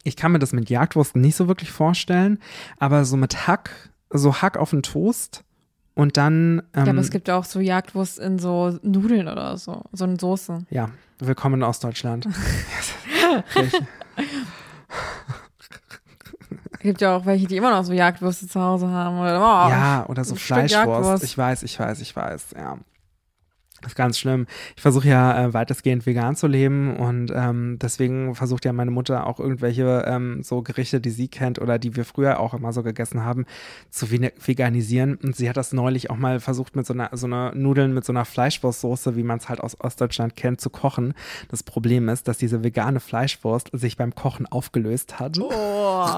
Ich kann mir das mit Jagdwurst nicht so wirklich vorstellen, aber so mit Hack, so Hack auf den Toast und dann.
Ich
Ähm,
glaube, es gibt ja auch so Jagdwurst in so Nudeln oder so. So eine Soße.
ja, willkommen in Ostdeutschland.
Es gibt ja auch welche, die immer noch so Jagdwürste zu Hause haben. Oder, oh,
Ja, oder so
ein Stück
Fleischwurst.
Jagdwurst.
Ich weiß, ich weiß, ich weiß, ja. Ist ganz schlimm. Ich versuche ja äh, weitestgehend vegan zu leben und ähm, deswegen versucht ja meine Mutter auch irgendwelche ähm, so Gerichte, die sie kennt oder die wir früher auch immer so gegessen haben, zu vene- veganisieren. Und sie hat das neulich auch mal versucht, mit so einer, so einer Nudeln mit so einer Fleischwurstsoße, wie man es halt aus Ostdeutschland kennt, zu kochen. Das Problem ist, dass diese vegane Fleischwurst sich beim Kochen aufgelöst hat.
Oh,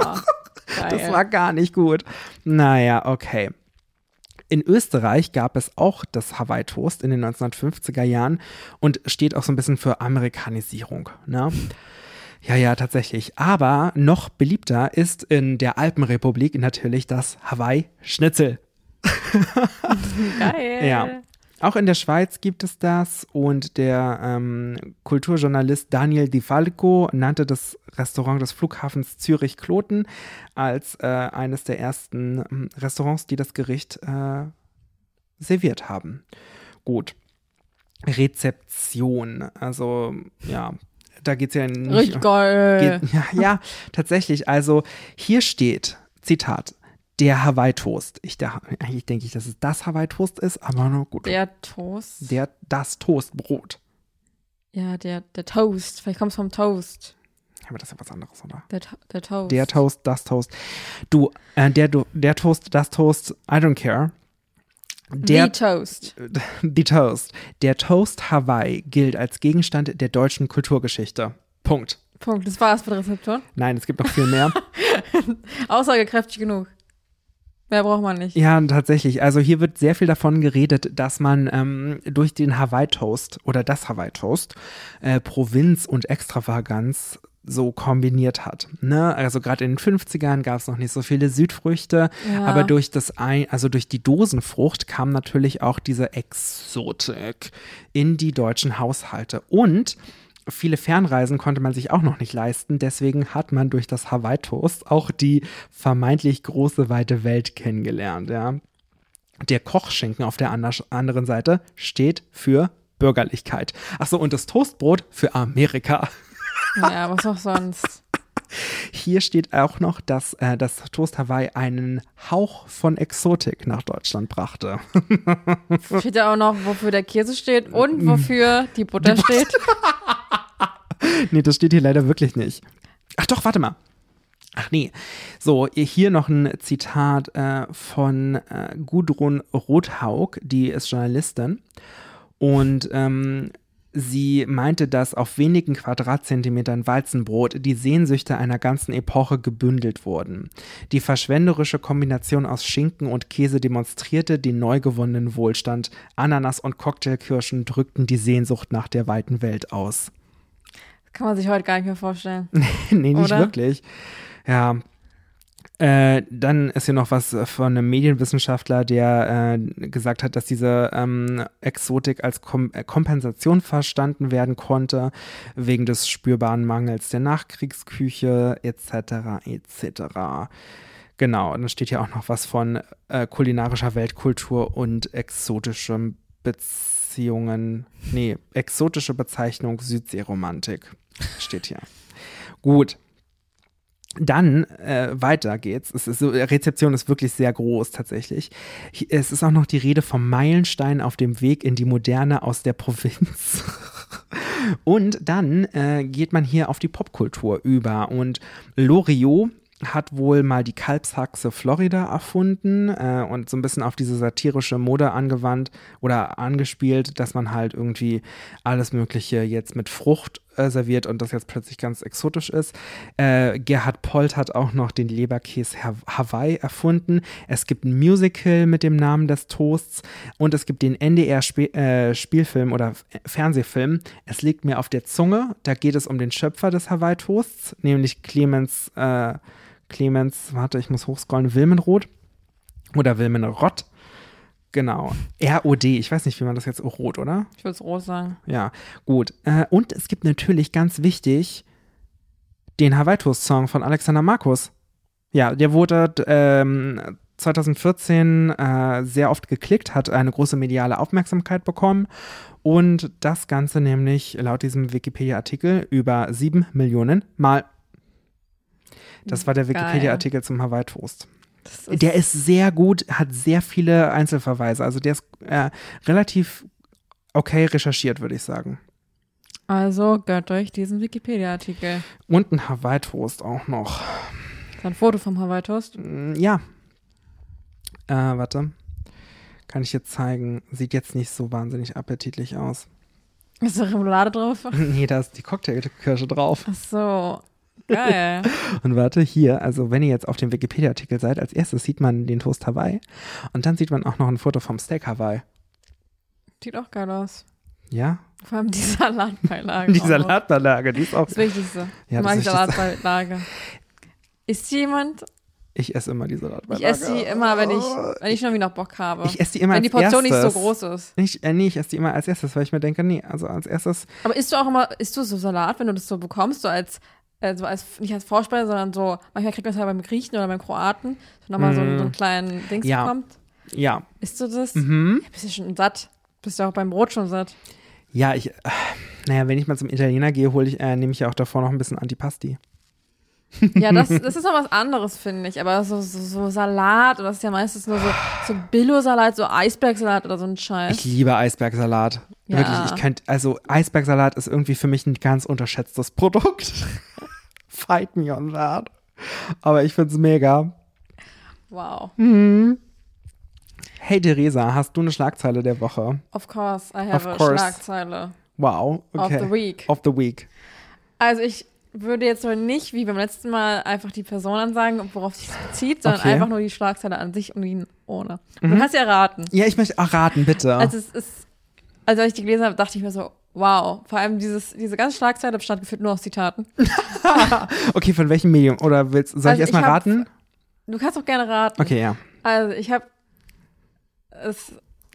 Das
geil.
war gar nicht gut. Naja, okay. In Österreich gab es auch das Hawaii Toast in den 1950er Jahren und steht auch so ein bisschen für Amerikanisierung. Ne? Ja, ja, tatsächlich. Aber noch beliebter ist in der Alpenrepublik natürlich das Hawaii Schnitzel.
geil.
Ja. Auch in der Schweiz gibt es das und der ähm, Kulturjournalist Daniel Di Falco nannte das Restaurant des Flughafens Zürich-Kloten als äh, eines der ersten ähm, Restaurants, die das Gericht äh, serviert haben. Gut. Rezeption. Also, ja, da geht es ja nicht um
Richtig geil.
Geht, ja, ja, tatsächlich. Also hier steht, Zitat, der Hawaii Toast. Ich, da, eigentlich denke ich, dass es das Hawaii Toast ist, aber na gut.
Der Toast.
Der- das Toastbrot.
ja, der, der Toast. Vielleicht kommt es vom Toast.
Aber das ist ja was anderes, oder?
Der, To- der Toast.
Der Toast, das Toast. Du, äh, der, du, der Toast, das Toast, I don't care. Der
The Toast.
Die Toast. Der Toast Hawaii gilt als Gegenstand der deutschen Kulturgeschichte. Punkt.
Punkt. Das war's mit Rezeptoren.
Nein, es gibt noch viel mehr.
Aussagekräftig genug. Mehr braucht man nicht.
Ja, tatsächlich. Also hier wird sehr viel davon geredet, dass man ähm, durch den Hawaii Toast oder das Hawaii Toast äh, Provinz und Extravaganz so kombiniert hat. Ne? Also gerade in den 50ern gab es noch nicht so viele Südfrüchte,
Ja.
aber durch das Ei, also durch die Dosenfrucht kam natürlich auch diese Exotik in die deutschen Haushalte. Und viele Fernreisen konnte man sich auch noch nicht leisten, deswegen hat man durch das Hawaii Toast auch die vermeintlich große weite Welt kennengelernt, ja. Der Kochschinken auf der ander- anderen Seite steht für Bürgerlichkeit. Achso, und das Toastbrot für Amerika.
Ja, was auch sonst.
Hier steht auch noch, dass äh, das Toast Hawaii einen Hauch von Exotik nach Deutschland brachte.
Steht ja auch noch, wofür der Käse steht und wofür die Butter steht.
nee, das steht hier leider wirklich nicht. Ach doch, warte mal. Ach nee. So, hier noch ein Zitat äh, von äh, Gudrun Rothaug, die ist Journalistin. Und ähm, sie meinte, dass auf wenigen Quadratzentimetern Weizenbrot die Sehnsüchte einer ganzen Epoche gebündelt wurden. Die verschwenderische Kombination aus Schinken und Käse demonstrierte den neu gewonnenen Wohlstand. Ananas und Cocktailkirschen drückten die Sehnsucht nach der weiten Welt aus.
Kann man sich heute gar nicht mehr vorstellen.
nee, nicht
Oder?
wirklich. Ja. Äh, dann ist hier noch was von einem Medienwissenschaftler, der äh, gesagt hat, dass diese ähm, Exotik als Kom äh, Kompensation verstanden werden konnte, wegen des spürbaren Mangels der Nachkriegsküche etc. etc. Genau, und dann steht hier auch noch was von äh, kulinarischer Weltkultur und exotischem Beziehungen. Nee, exotische Bezeichnung Südseeromantik steht hier. Gut. Dann äh, weiter geht's. Es ist so, Rezeption ist wirklich sehr groß tatsächlich. Hi- Es ist auch noch die Rede vom Meilenstein auf dem Weg in die Moderne aus der Provinz. Und dann äh, geht man hier auf die Popkultur über. Und Loriot hat wohl mal die Kalbshaxe Florida erfunden äh, und so ein bisschen auf diese satirische Mode angewandt oder angespielt, dass man halt irgendwie alles Mögliche jetzt mit Frucht äh, serviert und das jetzt plötzlich ganz exotisch ist. Äh, Gerhard Polt hat auch noch den Leberkäse Ha- Hawaii erfunden. Es gibt ein Musical mit dem Namen des Toasts und es gibt den NDR-Spielfilm äh, oder F- Fernsehfilm Es liegt mir auf der Zunge. Da geht es um den Schöpfer des Hawaii-Toasts, nämlich Clemens, äh, Clemens, warte, ich muss hochscrollen, Wilmenroth oder Wilmenrott. Genau. ROD. Ich weiß nicht, wie man das jetzt, Rot, oder?
Ich würde es rot sagen.
Ja, gut. Äh, und es gibt natürlich ganz wichtig den Hawaii Toast Song von Alexander Markus. Ja, der wurde ähm, 2014 äh, sehr oft geklickt, hat eine große mediale Aufmerksamkeit bekommen und das Ganze nämlich laut diesem Wikipedia-Artikel über sieben Millionen Mal. Das war der
Geil.
Wikipedia-Artikel zum Hawaii Toast.
Das ist,
Der ist sehr gut, hat sehr viele Einzelverweise. Also der ist äh, relativ okay recherchiert, würde ich sagen.
also gönnt euch diesen Wikipedia-Artikel.
Und ein Hawaii-Toast auch noch.
Ist ein Foto vom Hawaii Toast.
Mm, Ja. Äh, warte. Kann ich jetzt zeigen. Sieht jetzt nicht so wahnsinnig appetitlich aus.
Ist da Remoulade drauf?
Nee, da ist die Cocktailkirsche drauf.
Ach so. Geil.
Und warte, hier, also wenn ihr jetzt auf dem Wikipedia-Artikel seid, als erstes sieht man den Toast Hawaii. Und dann sieht man auch noch ein Foto vom Steak Hawaii.
Sieht auch geil aus.
Ja?
Vor allem die Salatbeilage.
Die
auch.
Salatbeilage, die ist auch.
Das Wichtigste.
Ja,
ich mag
das Wichtigste.
Salatbeilage. Ist jemand,
Ich esse immer die Salatbeilage. Oh.
ich esse die immer, wenn ich, wenn ich schon wieder noch Bock habe.
Ich esse die immer
wenn die
als
Portion
erstes.
nicht so groß ist.
Ich, äh, nee, ich esse die immer als erstes, weil ich mir denke, nee, also als erstes.
Aber isst du auch immer, isst du so Salat, wenn du das so bekommst, so als, äh, so als nicht als Vorspeise, sondern so, manchmal kriegt man es ja beim Griechen oder beim Kroaten, so nochmal so, einen- so einen kleinen Dings
Mhm. Ja.
bekommt.
Ja.
Isst du das?
Mhm.
Ja, bist du schon satt? Bist du auch beim Brot schon satt?
Ja, ich. Äh, naja, wenn ich mal zum Italiener gehe, hol ich, äh, nehme ich ja auch davor noch ein bisschen Antipasti.
Ja, das, das ist noch was anderes, finde ich. Aber so, so, so Salat, oder das ist ja meistens nur so, so Billo-Salat, so Eisbergsalat oder so ein Scheiß.
Ich liebe Eisbergsalat.
Ja.
Wirklich, ich könnte. Also, Eisbergsalat ist irgendwie für mich ein ganz unterschätztes Produkt. Fight me on that. Aber ich find's mega.
wow.
Hm. Hey, Theresa, hast du eine Schlagzeile der Woche?
Of course, I
Of
have a
course.
Schlagzeile
Wow. Okay.
of the week.
Of the week.
Also ich würde jetzt wohl nicht, wie beim letzten Mal, einfach die Person ansagen, worauf sich bezieht, sondern
Okay. Mhm.
einfach nur die Schlagzeile an sich und ihn ohne. Und Du kannst ja raten.
Ja, ich möchte erraten, bitte.
Also es ist, also als ich die gelesen habe, dachte ich mir so, wow. Vor allem dieses, diese ganze Schlagzeile bestand gefühlt nur aus Zitaten.
okay, von welchem Medium? Oder willst, soll ich
Also, ich
erstmal
hab-
raten?
Du kannst auch gerne raten.
Okay, ja.
Also ich habe, es,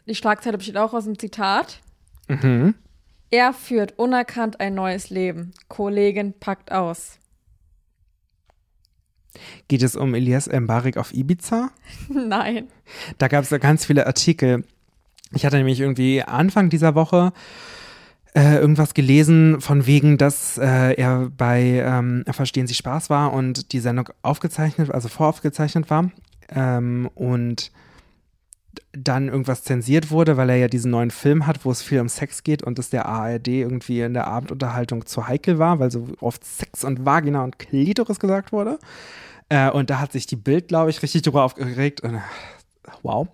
die Schlagzeile besteht auch aus einem Zitat.
Mhm.
Er führt unerkannt ein neues Leben. Kollegin packt aus.
Geht es um Elias Mbarik auf Ibiza?
Nein.
Da gab es ja ganz viele Artikel. Ich hatte nämlich irgendwie Anfang dieser Woche äh, irgendwas gelesen von wegen, dass äh, er bei ähm, Verstehen Sie Spaß war und die Sendung aufgezeichnet, also voraufgezeichnet war. Ähm, und dann irgendwas zensiert wurde, weil er ja diesen neuen Film hat, wo es viel um Sex geht und es der ARD irgendwie in der Abendunterhaltung zu heikel war, weil so oft Sex und Vagina und Klitoris gesagt wurde. Äh, und da hat sich die Bild, glaube ich, richtig drüber aufgeregt. Und, wow.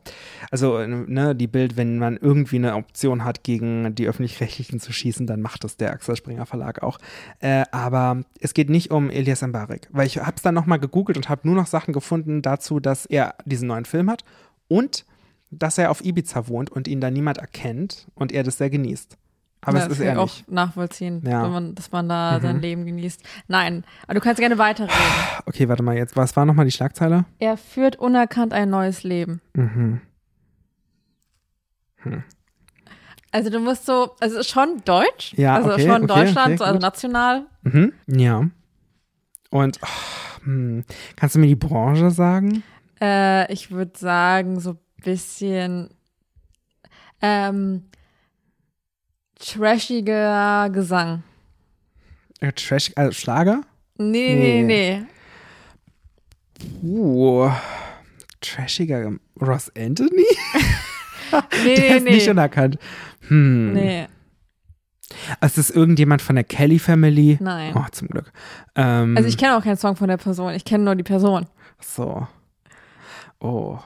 Also, ne, die Bild, wenn man irgendwie eine Option hat, gegen die Öffentlich-Rechtlichen zu schießen, dann macht das der Axel Springer Verlag auch. Äh, aber es geht nicht um Elias Mbarek, weil ich habe es dann nochmal gegoogelt und habe nur noch Sachen gefunden dazu, dass er diesen neuen Film hat und dass er auf Ibiza wohnt und ihn da niemand erkennt und er das sehr genießt. Aber
Ja,
es ist
kann ich
er
auch
nicht.
nachvollziehen,
Ja. Mhm.
wenn man, dass man da sein Leben genießt. Nein, aber du kannst gerne weiterreden.
Okay, warte mal, jetzt, was war nochmal die Schlagzeile?
Er führt unerkannt ein neues Leben.
Mhm.
Also du musst so, also schon deutsch,
Ja,
also
okay,
schon
okay,
Deutschland,
okay,
so, also
gut.
national.
Mhm. Ja. Und ach, hm, kannst du mir die Branche sagen?
Äh, ich würde sagen, so ein bisschen ähm, trashiger Gesang.
Äh, Trash, also Schlager?
Nee, nee,
Nee.
nee.
Uh, trashiger Gem- Ross Anthony?
Nee,
Der
nee, nee.
ist nicht unerkannt. Hm.
nee.
Es ist irgendjemand von der Kelly Family?
Nein.
Oh, zum Glück. Ähm,
Also ich kenne auch keinen Song von der Person, ich kenne nur die Person. Also
so. Oh.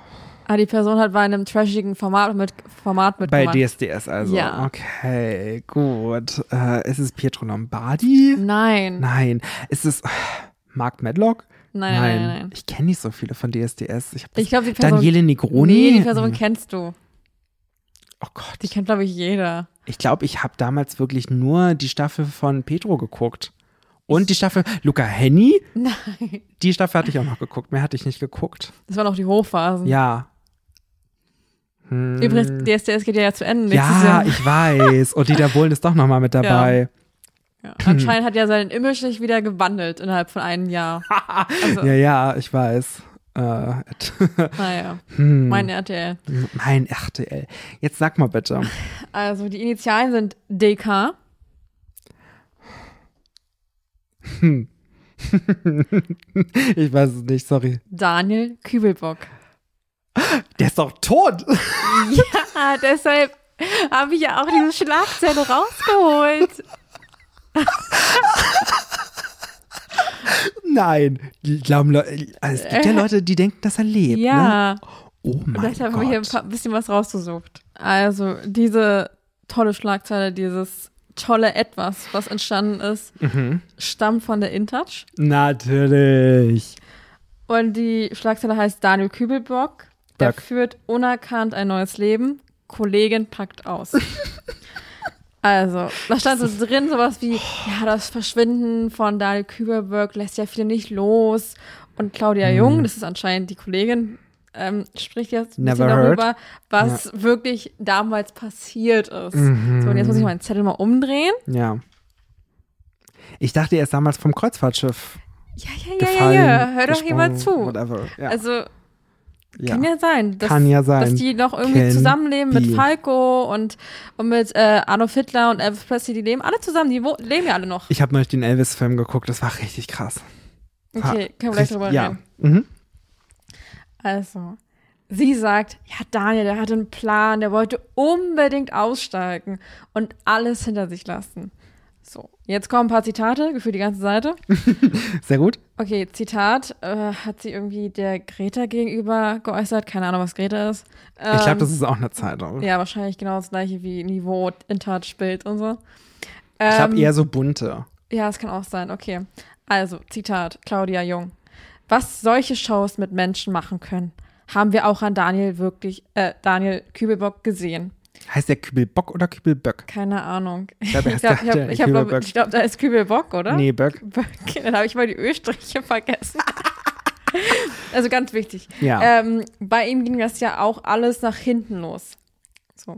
Ah, die Person hat bei einem trashigen Format, mit, Format
Bei
mitgemacht.
DSDS also.
Ja.
Okay, gut. Äh, ist es Pietro Lombardi?
Nein.
Nein. Ist es Mark Medlock?
Nein, nein, nein, nein.
Ich kenne nicht so viele von DSDS. Ich hab das
Ich glaube, die Person.
Daniele Negroni?
nee, die Person kennst du.
oh Gott.
Die kennt, glaube ich, jeder.
Ich glaube, ich habe damals wirklich nur die Staffel von Pedro geguckt. Und die Staffel Luca Henny,
Nein.
die Staffel hatte ich auch noch geguckt. Mehr hatte ich nicht geguckt.
Das waren auch die Hochphasen.
Ja. Hm.
Übrigens, DSDS geht ja jetzt zu Ende nächstes
Ja,
Jahr.
ich weiß. Und Dieter Bohlen ist doch nochmal mit dabei.
Ja. Anscheinend hat ja sein Image sich wieder gewandelt innerhalb von einem Jahr. Also,
Ja, ja, ich weiß. Äh,
naja,
hm,
mein RTL.
mein RTL. Jetzt sag mal bitte.
Also die Initialen sind DK.
Ich weiß es nicht, sorry.
Daniel Kübelbock.
Der ist doch tot.
Ja, Ah, deshalb habe ich ja auch diese Schlagzeile rausgeholt.
Nein. Die Glauben, Leu- also es gibt ja Leute, die denken, dass er lebt. Ne?
Äh. Ja,
Oh mein
vielleicht haben wir hier ein
Gott.
paar, bisschen was rausgesucht. Also diese tolle Schlagzeile, dieses tolle Etwas, was entstanden ist, stammt von der InTouch.
Natürlich.
Und die Schlagzeile heißt Daniel Kübelbock. Er
Bock.
führt unerkannt ein neues Leben. Kollegin packt aus. also, da stand so drin sowas wie,
Oh.
ja, das Verschwinden von Daniel Kübelbock lässt ja viele nicht los. Und Claudia
Mhm.
Jung, das ist anscheinend die Kollegin, ähm, spricht jetzt ein
Never
bisschen
heard.
darüber, was wirklich damals passiert ist. So, und jetzt
Mhm.
muss ich meinen Zettel mal umdrehen.
Ja. Ich dachte, er ist damals vom Kreuzfahrtschiff
Ja, ja, ja, ja,
gefallen.
ja. Hör doch jemand
gesprungen,
zu.
Whatever. Ja,
Also,
ja.
Kann ja sein. Dass,
Kann ja sein.
Dass die noch irgendwie
Can
zusammenleben
be.
mit Falco und, und mit äh, Adolf Hitler und Elvis Presley. Die leben alle zusammen. Die wo leben ja alle noch.
Ich habe neulich den Elvis-Film geguckt. Das war richtig krass.
Okay, können wir gleich
Richtig-
drüber
ja.
reden.
Mhm.
Also, sie sagt, ja, Daniel, der hatte einen Plan. Der wollte unbedingt aussteigen und alles hinter sich lassen. So, jetzt kommen ein paar Zitate für die ganze Seite.
Sehr gut.
Okay, Zitat äh, hat sie irgendwie der Greta gegenüber geäußert. Keine Ahnung, was Greta ist.
Ich
Ähm,
glaube, das ist auch eine Zeitung.
Ja, wahrscheinlich genau das gleiche wie Niveau, in Touch, Bild und so.
ich glaube,
Ähm,
eher so bunte.
ja, es kann auch sein, okay. Also, Zitat, Claudia Jung. Was solche Shows mit Menschen machen können, haben wir auch an Daniel wirklich, äh, Daniel Kübelbock gesehen.
Heißt der Kübelbock oder Kübelböck?
Keine Ahnung. Ich
glaub, er
glaube,
heißt
ich
Daniel
hab- ich hab, glaub-
Kübelbock.
ich glaub, da ist Kübelbock, oder?
Nee, Böck.
Böck. Dann habe ich mal die Ölstriche vergessen. also ganz wichtig.
Ja.
Ähm, bei ihm ging das ja auch alles nach hinten los. So.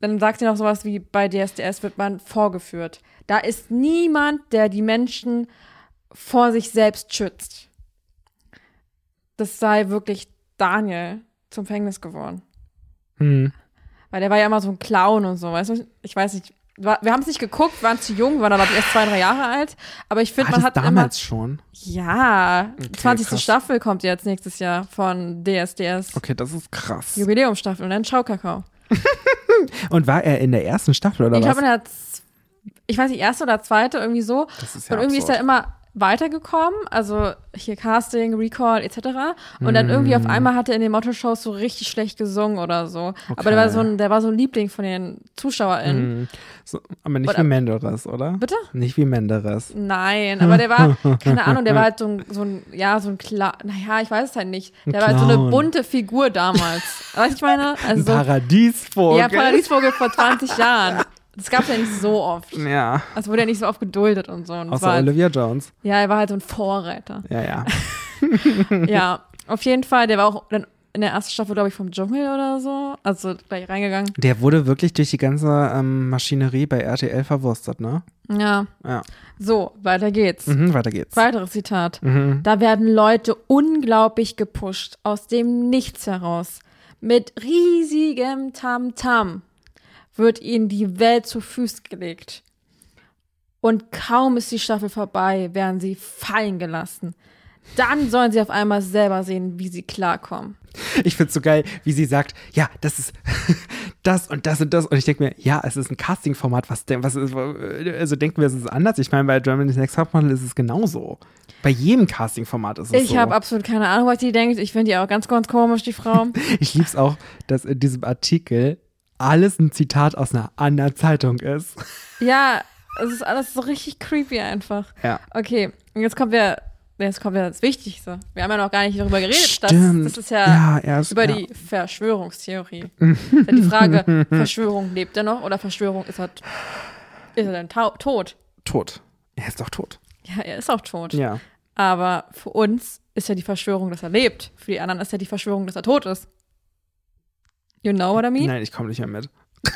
Dann sagt sie noch sowas wie, bei DSDS wird man vorgeführt. Da ist niemand, der die Menschen vor sich selbst schützt. Das sei wirklich Daniel zum Fängnis geworden.
Hm.
Weil der war ja immer so ein Clown und so, weißt du? Ich weiß nicht. wa- Wir haben es nicht geguckt, wir waren zu jung, wir waren glaube ich erst zwei, drei Jahre alt. Aber ich
War
finde, man
das
hat immer.
damals schon?
Ja, 20.
krass.
Staffel kommt jetzt nächstes Jahr von DSDS.
Okay, das ist krass.
Jubiläumstaffel und dann Schaukakao.
Und war er in der ersten Staffel oder
ich
was?
glaube, in der, Z- ich weiß nicht, erste oder zweite, irgendwie so.
das ist ja
und irgendwie ist
absurd.
er immer weitergekommen, also hier Casting, Recall etc. Und dann irgendwie
Mhm.
auf einmal hat er in den Motto-Shows so richtig schlecht gesungen oder so. Aber der war so ein, der war so ein Liebling von den ZuschauerInnen.
Mhm. So, aber nicht
Oder-
wie Menderes, oder?
Bitte?
Nicht wie Menderes.
Nein, aber der war, keine Ahnung, der war halt so ein, so ein ja, so ein klar, naja, ich weiß es halt nicht. Der war halt so eine
Clown.
bunte Figur damals. Weißt du, ich meine?
Ein
Also, so-
Paradiesvogel.
ja, Paradiesvogel vor 20 Jahren. Das gab's ja nicht so oft.
Ja,
Das Also wurde ja nicht so oft geduldet und so. Und es
außer
war halt,
Olivia Jones.
ja, er war halt so ein Vorreiter.
Ja, ja.
ja, auf jeden Fall. Der war auch dann in der ersten Staffel, glaube ich, vom Dschungel oder so. Also gleich reingegangen.
Der wurde wirklich durch die ganze ähm, Maschinerie bei RTL verwurstet, ne?
Ja.
Ja.
So, weiter geht's.
Mhm, weiter geht's.
Weiteres Zitat.
Mhm.
Da werden Leute unglaublich gepusht, aus dem Nichts heraus. Mit riesigem Tamtam wird ihnen die Welt zu Füßen gelegt. Und kaum ist die Staffel vorbei, werden sie fallen gelassen. Dann sollen sie auf einmal selber sehen, wie sie klarkommen.
Ich find's so geil, wie sie sagt, ja, das ist das und das und das. Und ich denke mir, ja, es ist ein Casting-Format. Was, denn- was ist, also denken wir, es ist anders. Ich meine, bei Germany's Next Topmodel ist es genauso. Bei jedem Casting-Format ist es
ich
so.
habe absolut keine Ahnung, was die denkt. Ich finde die auch ganz, ganz komisch, die Frau.
ich lieb's auch, dass in diesem Artikel alles ein Zitat aus einer anderen Zeitung ist.
ja, es ist alles so richtig creepy einfach.
Ja.
Okay, und jetzt kommen wir, jetzt kommen wir das Wichtigste. Wir haben ja noch gar nicht darüber geredet. Das,
Stimmt.
das ist ja,
Ja, erst-
über
ja.
die Verschwörungstheorie. Ist ja die Frage, Verschwörung lebt er noch oder Verschwörung ist er, ist er denn tau- tot?
Tot. Er ist doch tot.
Ja, er ist auch tot.
Ja.
Aber für uns ist ja die Verschwörung, dass er lebt. Für die anderen ist ja die Verschwörung, dass er tot ist. You know what I mean?
Nein, ich komme nicht mehr mit.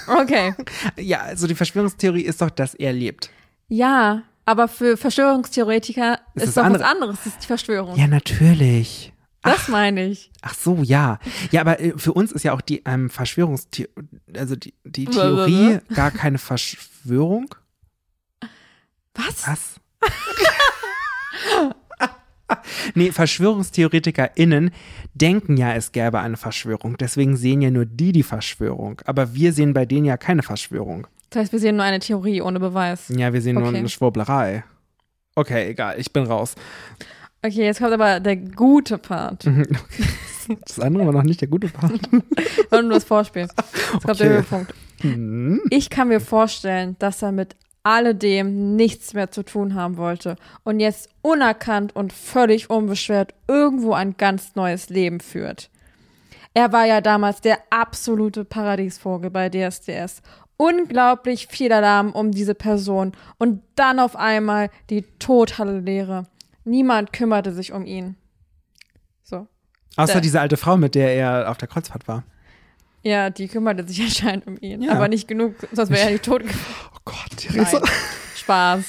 Okay.
Ja, also die Verschwörungstheorie ist doch, dass er lebt.
Ja, aber für Verschwörungstheoretiker
Ist
ist,
das
doch
andere-
was anderes, das ist die Verschwörung.
Ja, natürlich.
Das meine ich.
Ach so, ja. Ja, aber äh, für uns ist ja auch die ähm, Verschwörungstheorie, also die, die Theorie gar keine Verschwörung.
Was?
Was? nee, VerschwörungstheoretikerInnen denken ja, es gäbe eine Verschwörung. Deswegen sehen ja nur die die Verschwörung. Aber wir sehen bei denen ja keine Verschwörung.
Das heißt, wir sehen nur eine Theorie ohne Beweis.
Ja, wir sehen nur
Okay.
eine Schwurblerei. Okay, egal, ich bin raus.
Okay, jetzt kommt aber der gute Part.
Das andere war noch nicht der gute Part.
Wollen nur das Vorspiel. Jetzt kommt der
Okay.
Höhepunkt.
Hm.
Ich kann mir vorstellen, dass er mit alledem nichts mehr zu tun haben wollte und jetzt unerkannt und völlig unbeschwert irgendwo ein ganz neues Leben führt. Er war ja damals der absolute Paradiesvogel bei DSDS. Unglaublich viel Alarm um diese Person und dann auf einmal die totale Leere. Niemand kümmerte sich um ihn. So.
Außer
Da-
diese alte Frau, mit der er auf der Kreuzfahrt war.
Ja, die kümmerte sich anscheinend um ihn.
Ja.
Aber nicht genug, sonst wäre er nicht tot gewesen.
Oh Gott,
Nein.
Theresa.
Spaß.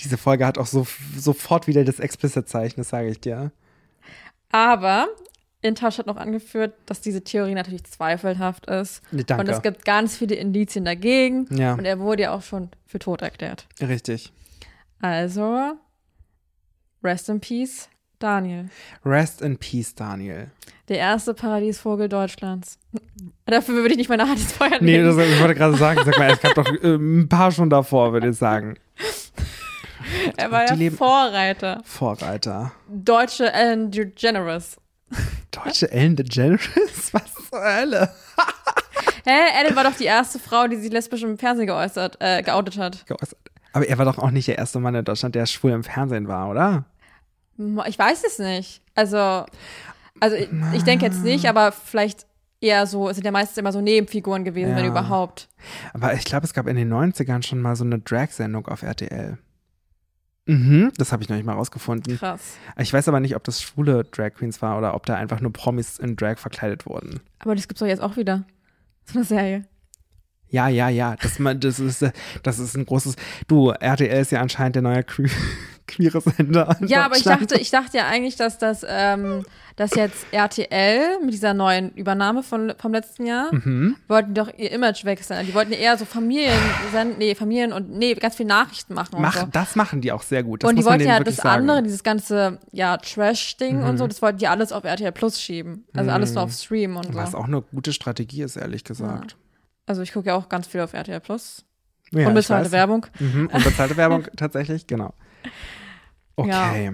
Diese Folge hat auch so, sofort wieder das Explicit-Zeichen, das sage ich dir.
Aber Intasch hat noch angeführt, dass diese Theorie natürlich zweifelhaft ist.
Nee, danke.
Und es gibt ganz viele Indizien dagegen.
Ja.
Und er wurde ja auch schon für tot erklärt.
Richtig.
Also, rest in peace, Daniel.
Rest in Peace, Daniel.
Der erste Paradiesvogel Deutschlands. Dafür würde ich nicht meine Hand ins Feuer legen.
Nee, das, ich wollte gerade sagen, sag mal, es gab doch äh, ein paar schon davor, würde ich sagen.
er war
die
der
leben-
Vorreiter.
Vorreiter.
Deutsche Ellen DeGeneres.
Deutsche Ellen DeGeneres? Was zur Hölle?
Hä? Ellen war doch die erste Frau, die sich lesbisch im Fernsehen geäußert, äh, geoutet hat.
Aber er war doch auch nicht der erste Mann in Deutschland, der schwul im Fernsehen war, oder?
Mo- Ich weiß es nicht. Also, also ich, ich denke jetzt nicht, aber vielleicht eher so, es sind ja meistens immer so Nebenfiguren gewesen, wenn
Ja.
überhaupt.
Aber ich glaube, es gab in den 90ern schon mal so eine Drag-Sendung auf RTL. Mhm, das habe ich noch nicht mal rausgefunden.
Krass.
Ich weiß aber nicht, ob das schwule Drag Queens war oder ob da einfach nur Promis in Drag verkleidet wurden.
Aber das gibt's doch jetzt auch wieder. So eine Serie.
Ja, ja, ja. Das, ma- das, ist, äh, das ist ein großes. Du, RTL ist ja anscheinend der neue que queere Sender. in
Ja, aber ich
Deutschland.
dachte, ich dachte ja eigentlich, dass das, ähm, dass jetzt RTL mit dieser neuen Übernahme von, vom letzten Jahr, wollten doch ihr Image wechseln. Die wollten ja eher so Familien, senden- nee, Familien und, nee, ganz viel Nachrichten machen und
Mach,
so.
Das machen die auch sehr gut. Das
und die
muss man
wollten
denen
ja
wirklich
das
sagen. Mhm.
andere, dieses ganze ja, Trash-Ding und so, das wollten die alles auf RTL Plus schieben. Also alles nur auf Stream und
Was
so.
auch eine gute Strategie ist, ehrlich gesagt.
Also ich gucke ja auch ganz viel auf RTL Plus.
Ja, ich
Unbezahlte
weiß.
Werbung.
Mhm, unbezahlte Werbung tatsächlich, genau. Okay.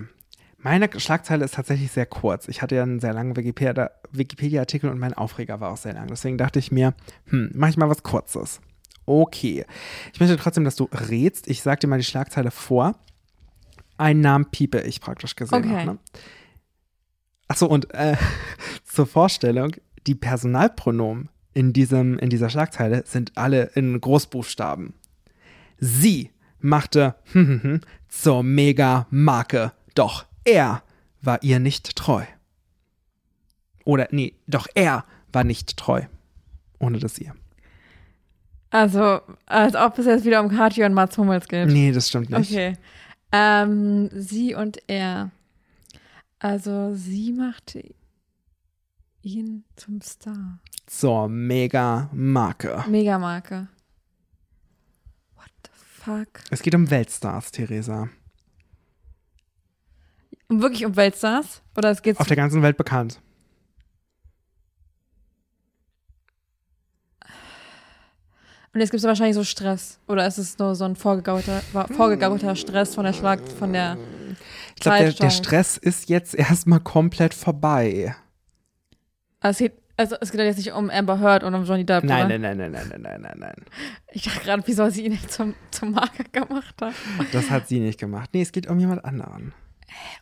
Meine Schlagzeile ist tatsächlich sehr kurz. Ich hatte ja einen sehr langen Wikipedia- Wikipedia-Artikel und mein Aufreger war auch sehr lang. Deswegen dachte ich mir, hm, mach ich mal was Kurzes. Okay. Ich möchte trotzdem, dass du rätst. Ich sag dir mal die Schlagzeile vor. Einen Namen piepe ich praktisch gesehen.
Okay.
Habe, ne? Achso, und äh, zur Vorstellung, die Personalpronomen in, diesem, in dieser Schlagzeile sind alle in Großbuchstaben. Sie machte zur Mega-Marke, doch er war ihr nicht treu. Oder nee, doch er war nicht treu. Ohne das ihr.
Also, als ob es jetzt wieder um Katja und Mats Hummels geht.
Nee, das stimmt nicht.
Okay. Ähm, sie und er. Also, sie machte ihn zum Star.
Zur Mega-Marke.
Megamarke. What the fuck?
Es geht um Weltstars, Theresa.
Und wirklich um Weltstars? Oder es geht
Auf der ganzen Welt bekannt.
Und jetzt gibt es wahrscheinlich so Stress. Oder ist es nur so ein vorgegauter, wa- vorgegauter Stress von der Schlag, von der.
Ich glaube, der, der
Zeitstand.
Stress ist jetzt erstmal komplett vorbei.
Also es, geht, also es geht ja jetzt nicht um Amber Heard und um Johnny Depp.
Nein,
oder?
nein, nein, nein, nein, nein, nein, nein, nein.
Ich dachte gerade, wieso sie ihn jetzt zum, zum Marker gemacht hat.
Das hat sie nicht gemacht. Nee, es geht um jemand anderen.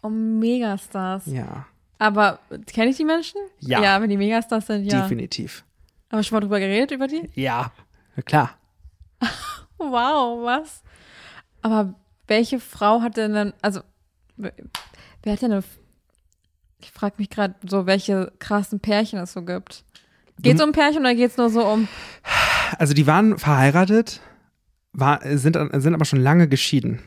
Um Megastars.
Ja,
Aber kenne ich die Menschen?
Ja.
Ja, wenn die Megastars sind, ja.
definitiv.
Haben wir schon mal drüber geredet, über die?
Ja, klar.
Wow, was? Aber welche Frau hat denn dann, also, wer wer hat denn eine, ich frage mich gerade so, welche krassen Pärchen es so gibt. Geht's um Pärchen oder geht's nur so um,
Also die waren verheiratet, war, sind, sind aber schon lange geschieden.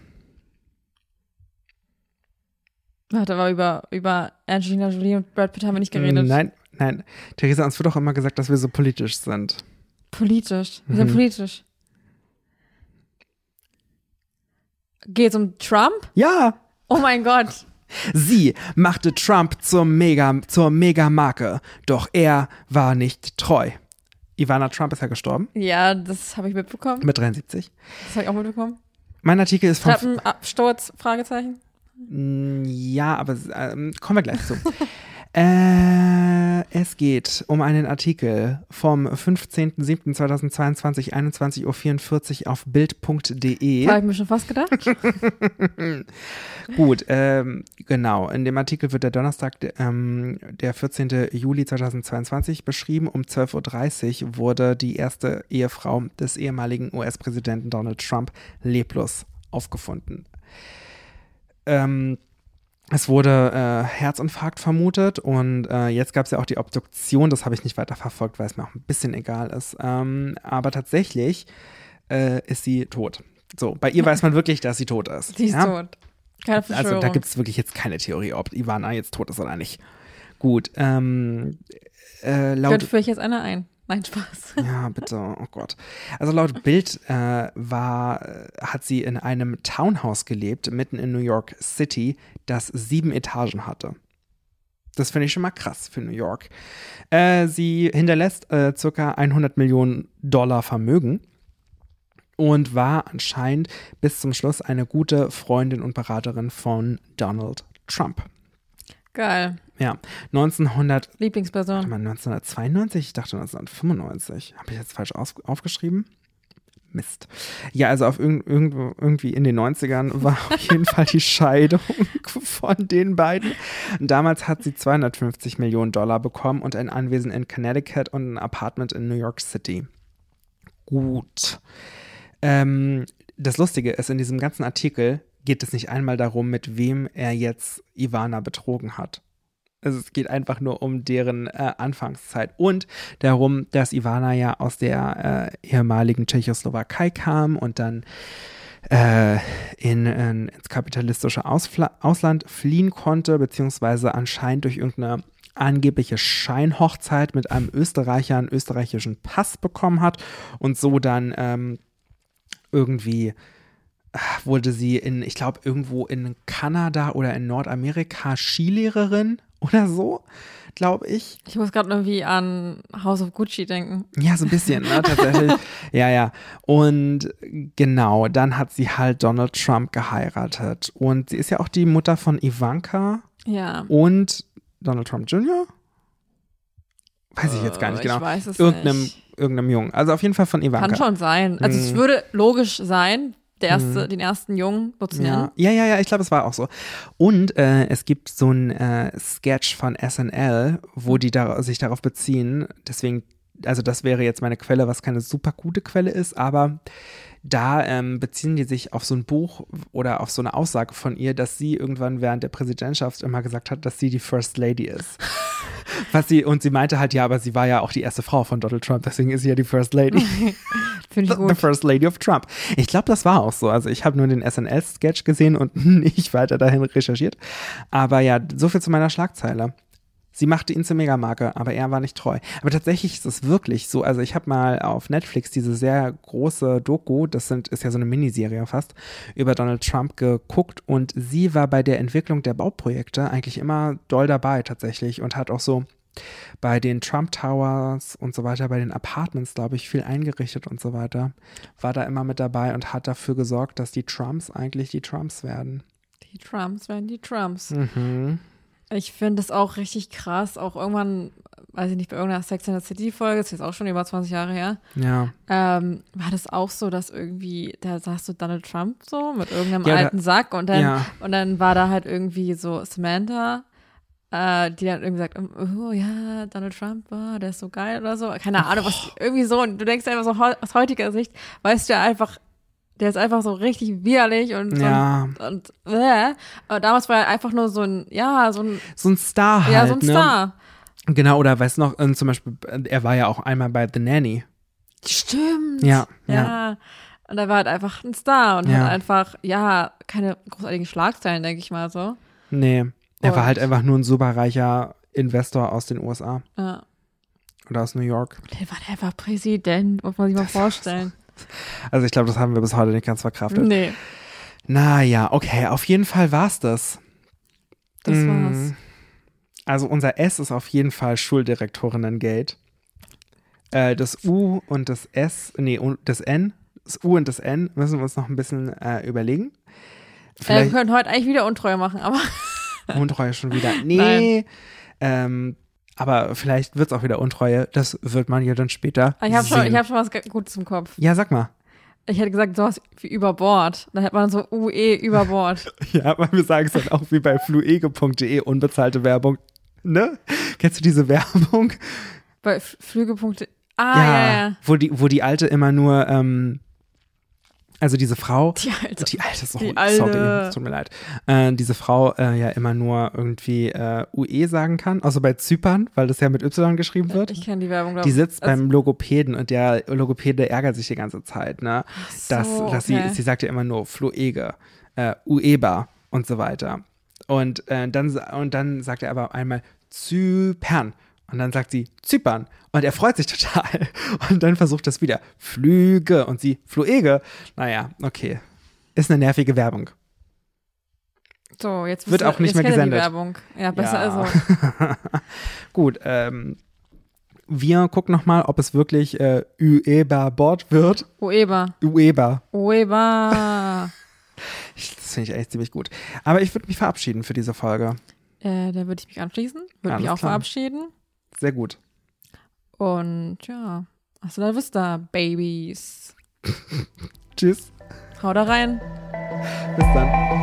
warte, aber über, über Angelina Jolie und Brad Pitt haben wir nicht geredet.
Mm, Nein, nein. Theresa, uns wird auch immer gesagt, dass wir so politisch sind.
Politisch. Wir sind politisch. Geht's um Trump?
Ja,
Oh mein Gott.
sie machte Trump zur Mega, zur Mega-Marke, doch er war nicht treu. Ivana Trump ist ja gestorben,
Ja, das habe ich mitbekommen.
mit 73.
Das habe ich auch mitbekommen.
Mein Artikel ist von
Treppenabsturz? Fragezeichen.
Mm, Ja, aber ähm, kommen wir gleich zu. äh, es geht um einen Artikel vom 15.07.2022, 21.44 Uhr auf bild.de.
Habe ich mir schon fast gedacht.
Gut, ähm, genau. In dem Artikel wird der Donnerstag, der, ähm, der 14. Juli 2022 beschrieben. Um 12.30 Uhr wurde die erste Ehefrau des ehemaligen US-Präsidenten Donald Trump leblos aufgefunden. Ähm, es wurde äh, Herzinfarkt vermutet und äh, jetzt gab es ja auch die Obduktion. Das habe ich nicht weiter verfolgt, weil es mir auch ein bisschen egal ist. Ähm, aber tatsächlich äh, ist sie tot. So, bei ihr weiß man wirklich, dass sie tot ist.
Sie ist
ja?
tot. Keine Verschwörung.
Also da gibt es wirklich jetzt keine Theorie, ob Ivana jetzt tot ist oder nicht. Gut, ähm, äh,
Gott,
laut
führe ich jetzt einer ein. Nein, Spaß.
ja, bitte. Oh Gott. Also laut Bild äh, war, äh, hat sie in einem Townhouse gelebt, mitten in New York City, das sieben Etagen hatte. Das finde ich schon mal krass für New York. Äh, sie hinterlässt äh, circa 100 Millionen Dollar Vermögen und war anscheinend bis zum Schluss eine gute Freundin und Beraterin von Donald Trump.
Geil.
Ja, 1900 Warte
Lieblingsperson.
mal, 1992? Ich dachte 1995. Habe ich jetzt falsch aus aufgeschrieben? Mist. Ja, also auf irgend, irgendwo- irgendwie in den 90ern war auf jeden Fall die Scheidung von den beiden. Und damals hat sie 250 Millionen Dollar bekommen und ein Anwesen in Connecticut und ein Apartment in New York City. Gut. Ähm, das Lustige ist, in diesem ganzen Artikel geht es nicht einmal darum, mit wem er jetzt Ivana betrogen hat. Also es geht einfach nur um deren äh, Anfangszeit und darum, dass Ivana ja aus der äh, ehemaligen Tschechoslowakei kam und dann äh, in, in, ins kapitalistische Ausfla Ausland fliehen konnte, beziehungsweise anscheinend durch irgendeine angebliche Scheinhochzeit mit einem Österreicher einen österreichischen Pass bekommen hat und so dann ähm, irgendwie ach, wurde sie in, ich glaube, irgendwo in Kanada oder in Nordamerika Skilehrerin oder so. glaube ich.
Ich muss gerade irgendwie an House of Gucci denken.
Ja, so ein bisschen, ne, tatsächlich. ja, ja. Und genau, dann hat sie halt Donald Trump geheiratet. Und sie ist ja auch die Mutter von Ivanka
Ja.
und Donald Trump Jr. Weiß ich jetzt gar nicht
Äh,
genau.
Ich weiß es
irgendeinem,
nicht.
irgendeinem Jungen. Also auf jeden Fall von Ivanka.
Kann schon sein. Also es
Mhm.
würde logisch sein, der erste, den ersten Jungen so zu nennen.
Mm. Ja, ja, ja, ja ich glaube, es war auch so. Und äh, es gibt so ein äh, Sketch von SNL, wo die da, sich darauf beziehen. Deswegen, also das wäre jetzt meine Quelle, was keine super gute Quelle ist, aber da ähm, beziehen die sich auf so ein Buch oder auf so eine Aussage von ihr, dass sie irgendwann während der Präsidentschaft immer gesagt hat, dass sie die First Lady ist. Was sie, und sie meinte halt, ja, aber sie war ja auch die erste Frau von Donald Trump, deswegen ist sie ja die First Lady.
Finde
The,
ich
the
gut.
First Lady of Trump. Ich glaube, das war auch so. Also ich habe nur den SNL-Sketch gesehen und nicht weiter dahin recherchiert. Aber ja, so viel zu meiner Schlagzeile. Sie machte ihn zur Megamarke, aber er war nicht treu. Aber tatsächlich ist es wirklich so. Also ich habe mal auf Netflix diese sehr große Doku, das sind, ist ja so eine Miniserie fast, über Donald Trump geguckt und sie war bei der Entwicklung der Bauprojekte eigentlich immer doll dabei tatsächlich und hat auch so bei den Trump Towers und so weiter, bei den Apartments, glaube ich, viel eingerichtet und so weiter. War da immer mit dabei und hat dafür gesorgt, dass die Trumps eigentlich die Trumps werden.
Die Trumps werden die Trumps.
Mhm.
Ich finde das auch richtig krass. Auch irgendwann, weiß ich nicht, bei irgendeiner Sex and the City-Folge, das ist jetzt auch schon über 20 Jahre her,
Ja.
ähm, war das auch so, dass irgendwie, da saß so Donald Trump so mit irgendeinem
Ja, da-
alten Sack und dann,
Ja.
und dann war da halt irgendwie so Samantha, äh, die dann irgendwie sagt, oh ja, Donald Trump, oh, der ist so geil oder so. Keine Ahnung, was irgendwie so. Und du denkst einfach so heu- aus heutiger Sicht, weißt du ja einfach, der ist einfach so richtig widerlich und,
Ja.
und, und äh. Aber damals war er einfach nur so ein, ja, so ein,
So ein Star halt.
ja, so ein
ne?
Star.
Genau, oder weißt du noch, ähm, zum Beispiel, äh, er war ja auch einmal bei The Nanny.
Stimmt.
Ja,
Ja. Und er war halt einfach ein Star und
Ja.
hat einfach, ja, keine großartigen Schlagzeilen, denke ich mal so.
Nee. Er war
Und-
halt einfach nur ein superreicher Investor aus den USA
Ja.
oder aus New York.
Der war einfach Präsident, muss man sich mal vorstellen.
Also ich glaube, das haben wir bis heute nicht ganz verkraftet.
Nee,
Naja, okay, auf jeden Fall war's das.
das
Mm.
war's. Äh,
Also unser S ist auf jeden Fall Schuldirektorinnen-Gate. Äh, das U und das S, nee, und das N, das U und das N müssen wir uns noch ein bisschen äh, überlegen.
Äh, wir
Vielleicht
können heute eigentlich wieder untreu machen, aber Ähm.
Untreue schon wieder. Nee. Ähm, aber vielleicht wird's auch wieder Untreue. Das wird man ja dann später.
ich habe schon,
sehen.
ich hab schon was ge- Gutes im Kopf.
ja, sag mal.
Ich hätte gesagt, sowas wie über Bord. Dann hätte man so UE über Bord.
Ja, weil wir sagen es dann auch wie bei fluege.de, unbezahlte Werbung. Ne? Kennst du diese Werbung?
Bei F- Flügepunkte. Ah, ja, ja. ja.
Wo, die, wo die Alte immer nur, ähm, also diese Frau,
Die alte.
die Alte ist auch,
die
sorry,
Alte.
es tut mir leid, äh, diese Frau äh, ja immer nur irgendwie äh, UE sagen kann, außer bei Zypern, weil das ja mit Y geschrieben wird.
Äh, Ich kenne die Werbung, glaube
Die sitzt
also-
beim Logopäden und der Logopäde ärgert sich die ganze Zeit, ne? Dass,
so,
dass
okay.
sie, sie sagt ja immer nur Fluege, äh, Ueba und so weiter. Und, äh, dann, sa- und dann sagt er aber einmal Zypern. Und dann sagt sie Zypern. Und er freut sich total. Und dann versucht das wieder. Flüge. Und sie Fluege. Naja, okay. Ist eine nervige Werbung.
So, jetzt
Wird
wisst ihr-
auch nicht mehr
jetzt kennt
gesendet.
ihr Die Werbung. Ja, besser
Ja.
also.
Gut, ähm, wir gucken nochmal, ob es wirklich äh, Ueba Bord wird.
Ueba.
Ueba.
Ueba.
Ich- Das finde ich echt ziemlich gut. Aber ich würde mich verabschieden für diese Folge.
äh, da würde ich mich anschließen. Würde
Alles
mich auch
klar.
verabschieden.
Sehr gut.
Und ja, hasta la vista, Babies.
Tschüss.
Hau da rein.
Bis dann.